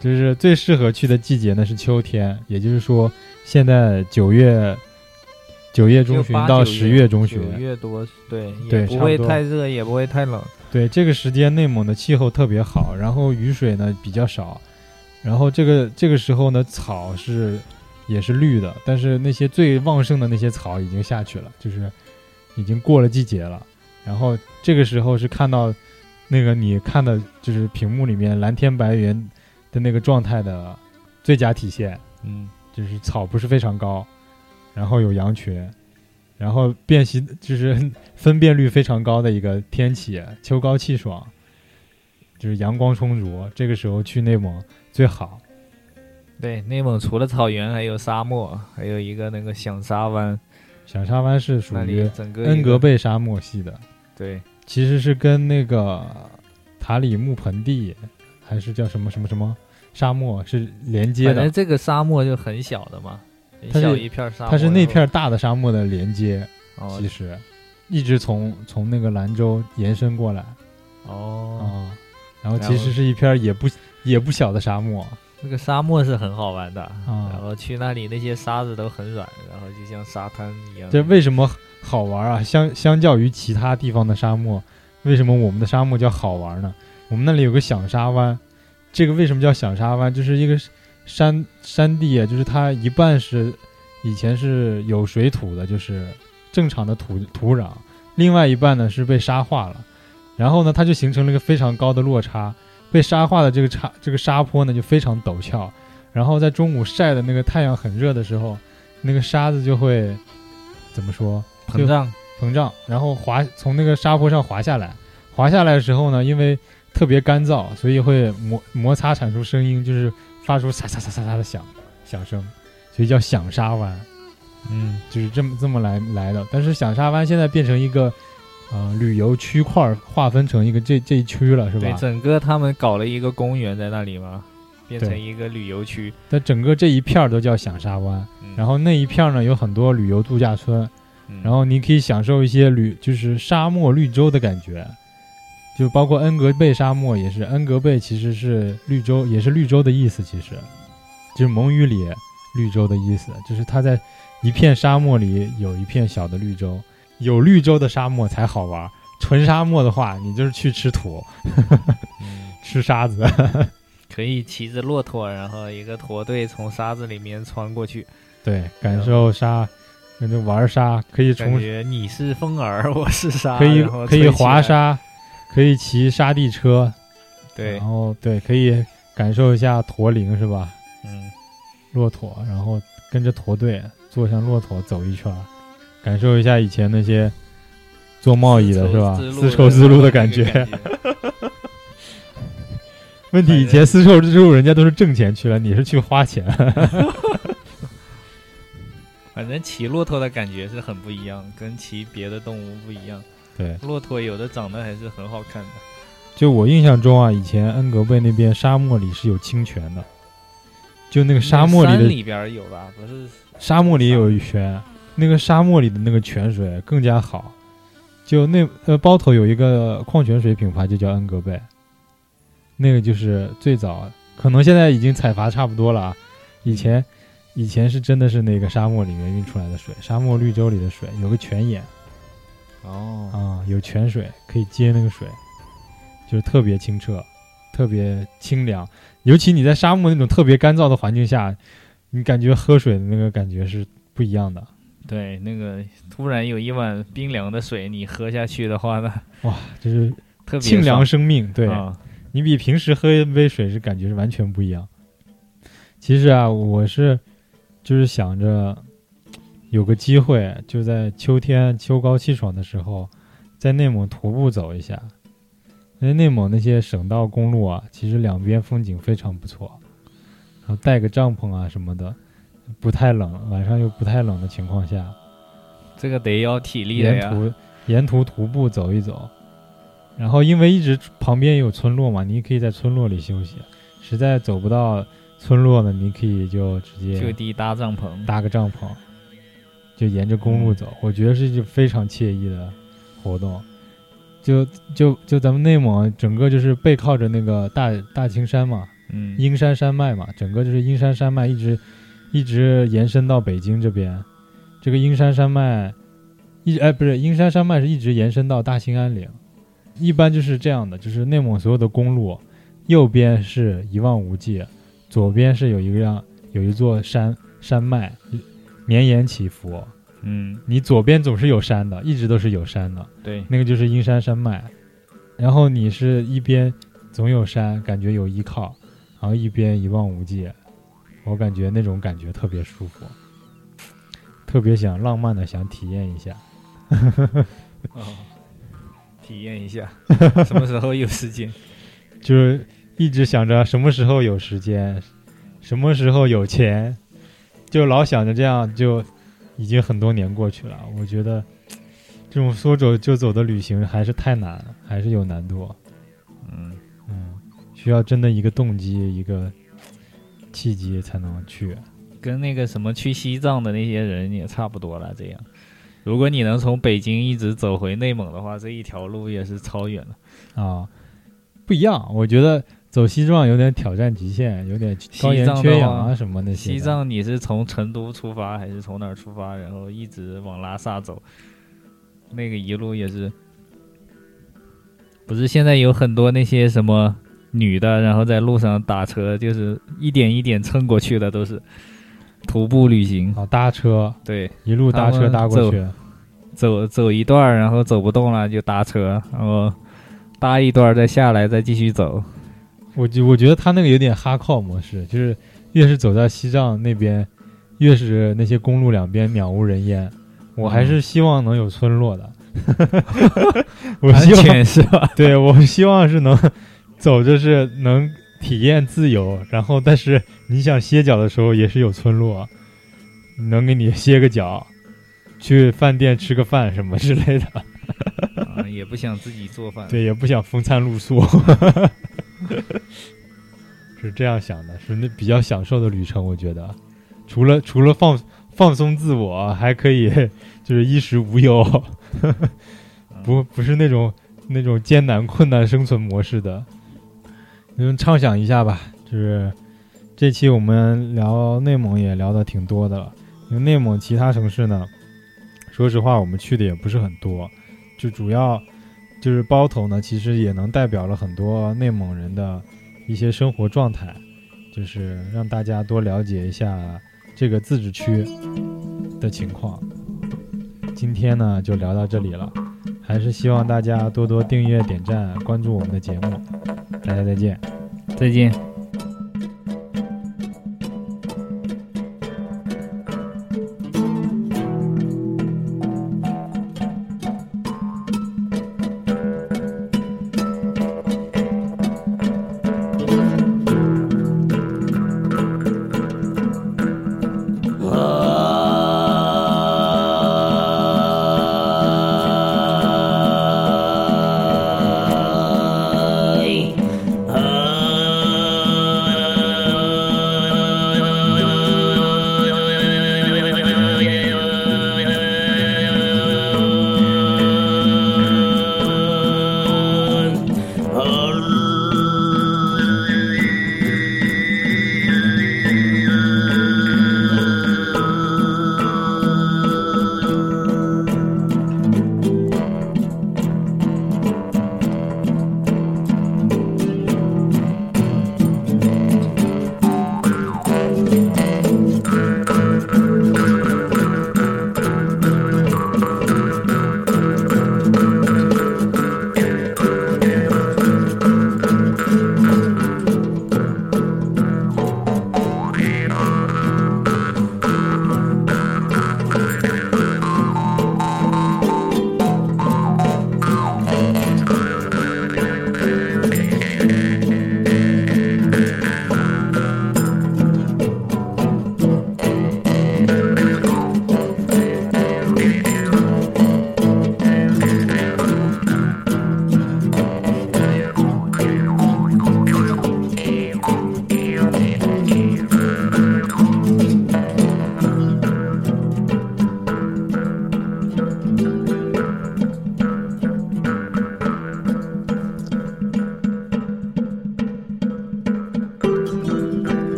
Speaker 2: 就是最适合去的季节呢是秋天，也就是说现在九月九月 中
Speaker 1: 就
Speaker 2: 旬
Speaker 1: 八
Speaker 2: 到
Speaker 1: 九
Speaker 2: 十月中
Speaker 1: 九
Speaker 2: 旬，
Speaker 1: 月多，对，
Speaker 2: 对
Speaker 1: 也不
Speaker 2: 差不
Speaker 1: 会
Speaker 2: 多
Speaker 1: 太热，也不会太冷。
Speaker 2: 对这个时间内蒙的气候特别好，然后雨水呢比较少，然后这个这个时候呢草是也是绿的，但是那些最旺盛的那些草已经下去了，就是已经过了季节了。然后这个时候是看到那个你看的就是屏幕里面蓝天白云的那个状态的最佳体现，
Speaker 1: 嗯，
Speaker 2: 就是草不是非常高，然后有羊群，然后辨析就是 分辨率非常高的一个天气，秋高气爽，就是阳光充足。这个时候去内蒙最好。
Speaker 1: 对，内蒙除了草原，还有沙漠，还有一个那个响沙湾，
Speaker 2: 响沙湾是属
Speaker 1: 那里
Speaker 2: 于
Speaker 1: 整个
Speaker 2: 恩
Speaker 1: 一
Speaker 2: 格
Speaker 1: 个
Speaker 2: 贝沙漠系的，
Speaker 1: 对
Speaker 2: 其实是跟那个塔里木盆地还是叫什么什么什么沙漠是连接
Speaker 1: 反
Speaker 2: 的
Speaker 1: 正，这个沙漠就很小的嘛，很
Speaker 2: 它是
Speaker 1: 小一片沙漠，
Speaker 2: 它是那
Speaker 1: 然后
Speaker 2: 片大的沙漠的连接，
Speaker 1: 哦
Speaker 2: 其实一直从从那个兰州延伸过来。
Speaker 1: 哦，
Speaker 2: 啊，然后
Speaker 1: 然
Speaker 2: 其
Speaker 1: 后
Speaker 2: 实是一片儿也不也不小的沙漠，啊
Speaker 1: 那个沙漠是很好玩的，
Speaker 2: 嗯
Speaker 1: 然后去那里那些沙子都很软，然后就像沙滩一样。
Speaker 2: 这为什么好玩啊？相相较于其他地方的沙漠，为什么我们的沙漠叫好玩呢？我们那里有个响沙湾，这个为什么叫响沙湾？就是一个山山地啊，就是它一半是以前是有水土的，就是正常的土土壤，另外一半呢是被沙化了，然后呢它就形成了一个非常高的落差，被沙化的这个差这个沙坡呢就非常陡峭，然后在中午晒的那个太阳很热的时候，那个沙子就会怎么说
Speaker 1: 膨胀，
Speaker 2: 膨胀，然后滑从那个沙坡上滑下来，滑下来的时候呢，因为特别干燥，所以会摩摩擦产生声音，就是发出沙沙沙沙沙的响响声，所以叫响沙湾。
Speaker 1: 嗯，
Speaker 2: 就是这么这么来来的。但是响沙湾现在变成一个呃旅游区块儿划分成一个这这一区了，是
Speaker 1: 对，
Speaker 2: 吧？
Speaker 1: 整个他们搞了一个公园在那里嘛，变成
Speaker 2: 对
Speaker 1: 一个旅游区。
Speaker 2: 但整个这一片儿都叫响沙湾，
Speaker 1: 嗯、
Speaker 2: 然后那一片儿呢有很多旅游度假村，
Speaker 1: 嗯，
Speaker 2: 然后你可以享受一些旅就是沙漠绿洲的感觉。就包括恩格贝沙漠也是，恩格贝其实是绿洲，也是绿洲的意思，其实就是蒙语里绿洲的意思，就是它在一片沙漠里有一片小的绿洲，有绿洲的沙漠才好玩儿，纯沙漠的话，你就是去吃土、
Speaker 1: 嗯
Speaker 2: 吃沙子。
Speaker 1: 可以骑着骆驼，然后一个驼队从沙子里面穿过去，
Speaker 2: 对，感受沙，那就玩沙，可以
Speaker 1: 感
Speaker 2: 从
Speaker 1: 觉你是风儿， 我是沙，
Speaker 2: 可以
Speaker 1: 然后
Speaker 2: 可以
Speaker 1: 吹起
Speaker 2: 滑
Speaker 1: 来，
Speaker 2: 沙，可以骑沙地车，
Speaker 1: 对
Speaker 2: 然，后对，可以感受一下驼铃是吧？
Speaker 1: 嗯，
Speaker 2: 骆驼，然后跟着驼队坐上骆驼走一圈儿，感受一下以前那些做贸易的是吧？丝
Speaker 1: 丝
Speaker 2: 绸
Speaker 1: 绸
Speaker 2: 之路
Speaker 1: 路
Speaker 2: 的
Speaker 1: 感
Speaker 2: 感觉。 问题以前丝绸之路人家都是挣钱去了，你是去花钱。
Speaker 1: 反正骑骆驼的感觉是很不一样，跟骑别的动物不一样。
Speaker 2: 对，
Speaker 1: 骆驼有的长得还是很好看的。
Speaker 2: 就我印象中啊，以前恩格贝那边沙漠里是有清泉的，就那个沙漠
Speaker 1: 那
Speaker 2: 里
Speaker 1: 山
Speaker 2: 的
Speaker 1: 里边儿有吧？不是，
Speaker 2: 沙漠里有泉，那个沙漠里的那个泉水更加好。就那呃，包头有一个矿泉水品牌，就叫恩格贝，那个就是最早，可能现在已经采伐差不多了啊。以前以前是真的是那个沙漠里面运出来的水，沙漠绿洲里的水，有个泉眼
Speaker 1: 哦，
Speaker 2: 啊、有泉水可以接那个水，就是特别清澈，特别清凉。尤其你在沙漠那种特别干燥的环境下，你感觉喝水的那个感觉是不一样的。
Speaker 1: 对，那个突然有一碗冰凉的水，你喝下去的话呢，
Speaker 2: 哇，就是
Speaker 1: 特别
Speaker 2: 清凉
Speaker 1: 爽
Speaker 2: 生命。对、
Speaker 1: 啊
Speaker 2: 你比平时喝一杯水是感觉是完全不一样。其实啊，我是就是想着有个机会，就在秋天秋高气爽的时候，在内蒙徒步走一下。因为内蒙那些省道公路啊，其实两边风景非常不错，然后带个帐篷啊什么的，不太冷，晚上又不太冷的情况下，
Speaker 1: 这个得要体力的
Speaker 2: 沿
Speaker 1: 哎呀。
Speaker 2: 途沿途徒步走一走，然后因为一直旁边有村落嘛，你可以在村落里休息。实在走不到村落呢，你可以就直
Speaker 1: 就
Speaker 2: 接
Speaker 1: 地搭帐篷，
Speaker 2: 搭个帐篷，就沿着公
Speaker 1: 嗯
Speaker 2: 路走。我觉得是一种非常惬意的活动。就就就咱们内蒙整个就是背靠着那个大大青山嘛，
Speaker 1: 嗯，
Speaker 2: 阴山山脉嘛，整个就是阴山山脉一直一直延伸到北京这边。这个阴山山脉一直哎不是阴山山脉是一直延伸到大兴安岭。一般就是这样的，就是内蒙所有的公路，右边是一望无际，左边是有一个样有一座山山脉绵延起伏。
Speaker 1: 嗯，
Speaker 2: 你左边总是有山的，一直都是有山的。
Speaker 1: 对，
Speaker 2: 那个就是阴山山脉，然后你是一边总有山，感觉有依靠，然后一边一望无际，我感觉那种感觉特别舒服，特别想浪漫的想体验一下。
Speaker 1: 哦，体验一下，什么时候有时间？
Speaker 2: 就是一直想着什么时候有时间，什么时候有钱，就老想着这样，就已经很多年过去了。我觉得这种说走就走的旅行还是太难了，还是有难度。
Speaker 1: 嗯，
Speaker 2: 嗯，需要真的一个动机，一个契机才能去。
Speaker 1: 跟那个什么去西藏的那些人也差不多了。这样，如果你能从北京一直走回内蒙的话，这一条路也是超远了。
Speaker 2: 啊，不一样。我觉得走西藏有点挑战极限，有点高
Speaker 1: 西
Speaker 2: 原
Speaker 1: 藏的
Speaker 2: 缺氧啊
Speaker 1: 话
Speaker 2: 什么那些的。
Speaker 1: 西藏你是从成都出发还是从哪儿出发，然后一直往拉萨走？那个一路也是，不是现在有很多那些什么女的，然后在路上打车，就是一点一点蹭过去的，都是徒步旅行。
Speaker 2: 啊，搭车
Speaker 1: 对，
Speaker 2: 一路搭
Speaker 1: 他
Speaker 2: 车
Speaker 1: 们
Speaker 2: 搭过去，
Speaker 1: 走走一段儿，然后走不动了就搭车，然后搭一段儿再下来，再继续走。
Speaker 2: 我就我觉得他那个有点哈靠模式，就是越是走到西藏那边，越是那些公路两边渺无人烟。我
Speaker 1: 嗯
Speaker 2: 还是希望能有村落 的，我
Speaker 1: 安
Speaker 2: 希望
Speaker 1: 全是吧？
Speaker 2: 对我希望是能走，就是能体验自由，然后但是你想歇脚的时候也是有村落，能给你歇个脚，去饭店吃个饭什么之类的。
Speaker 1: 啊也不想自己做饭。
Speaker 2: 对，也不想风餐露宿， 是这样想的，是那比较享受的旅程，我觉得，除了除了放放松自我，还可以就是衣食无忧， 不不是那种那种艰难困难生存模式的。你们畅想一下吧，就是这期我们聊内蒙也聊的挺多的了，因为内蒙其他城市呢，说实话我们去的也不是很多，就主要。就是包头呢，其实也能代表了很多内蒙人的一些生活状态，就是让大家多了解一下这个自治区的情况。今天呢就聊到这里了，还是希望大家多多订阅、点赞、关注我们的节目。大家再见。
Speaker 1: 再见。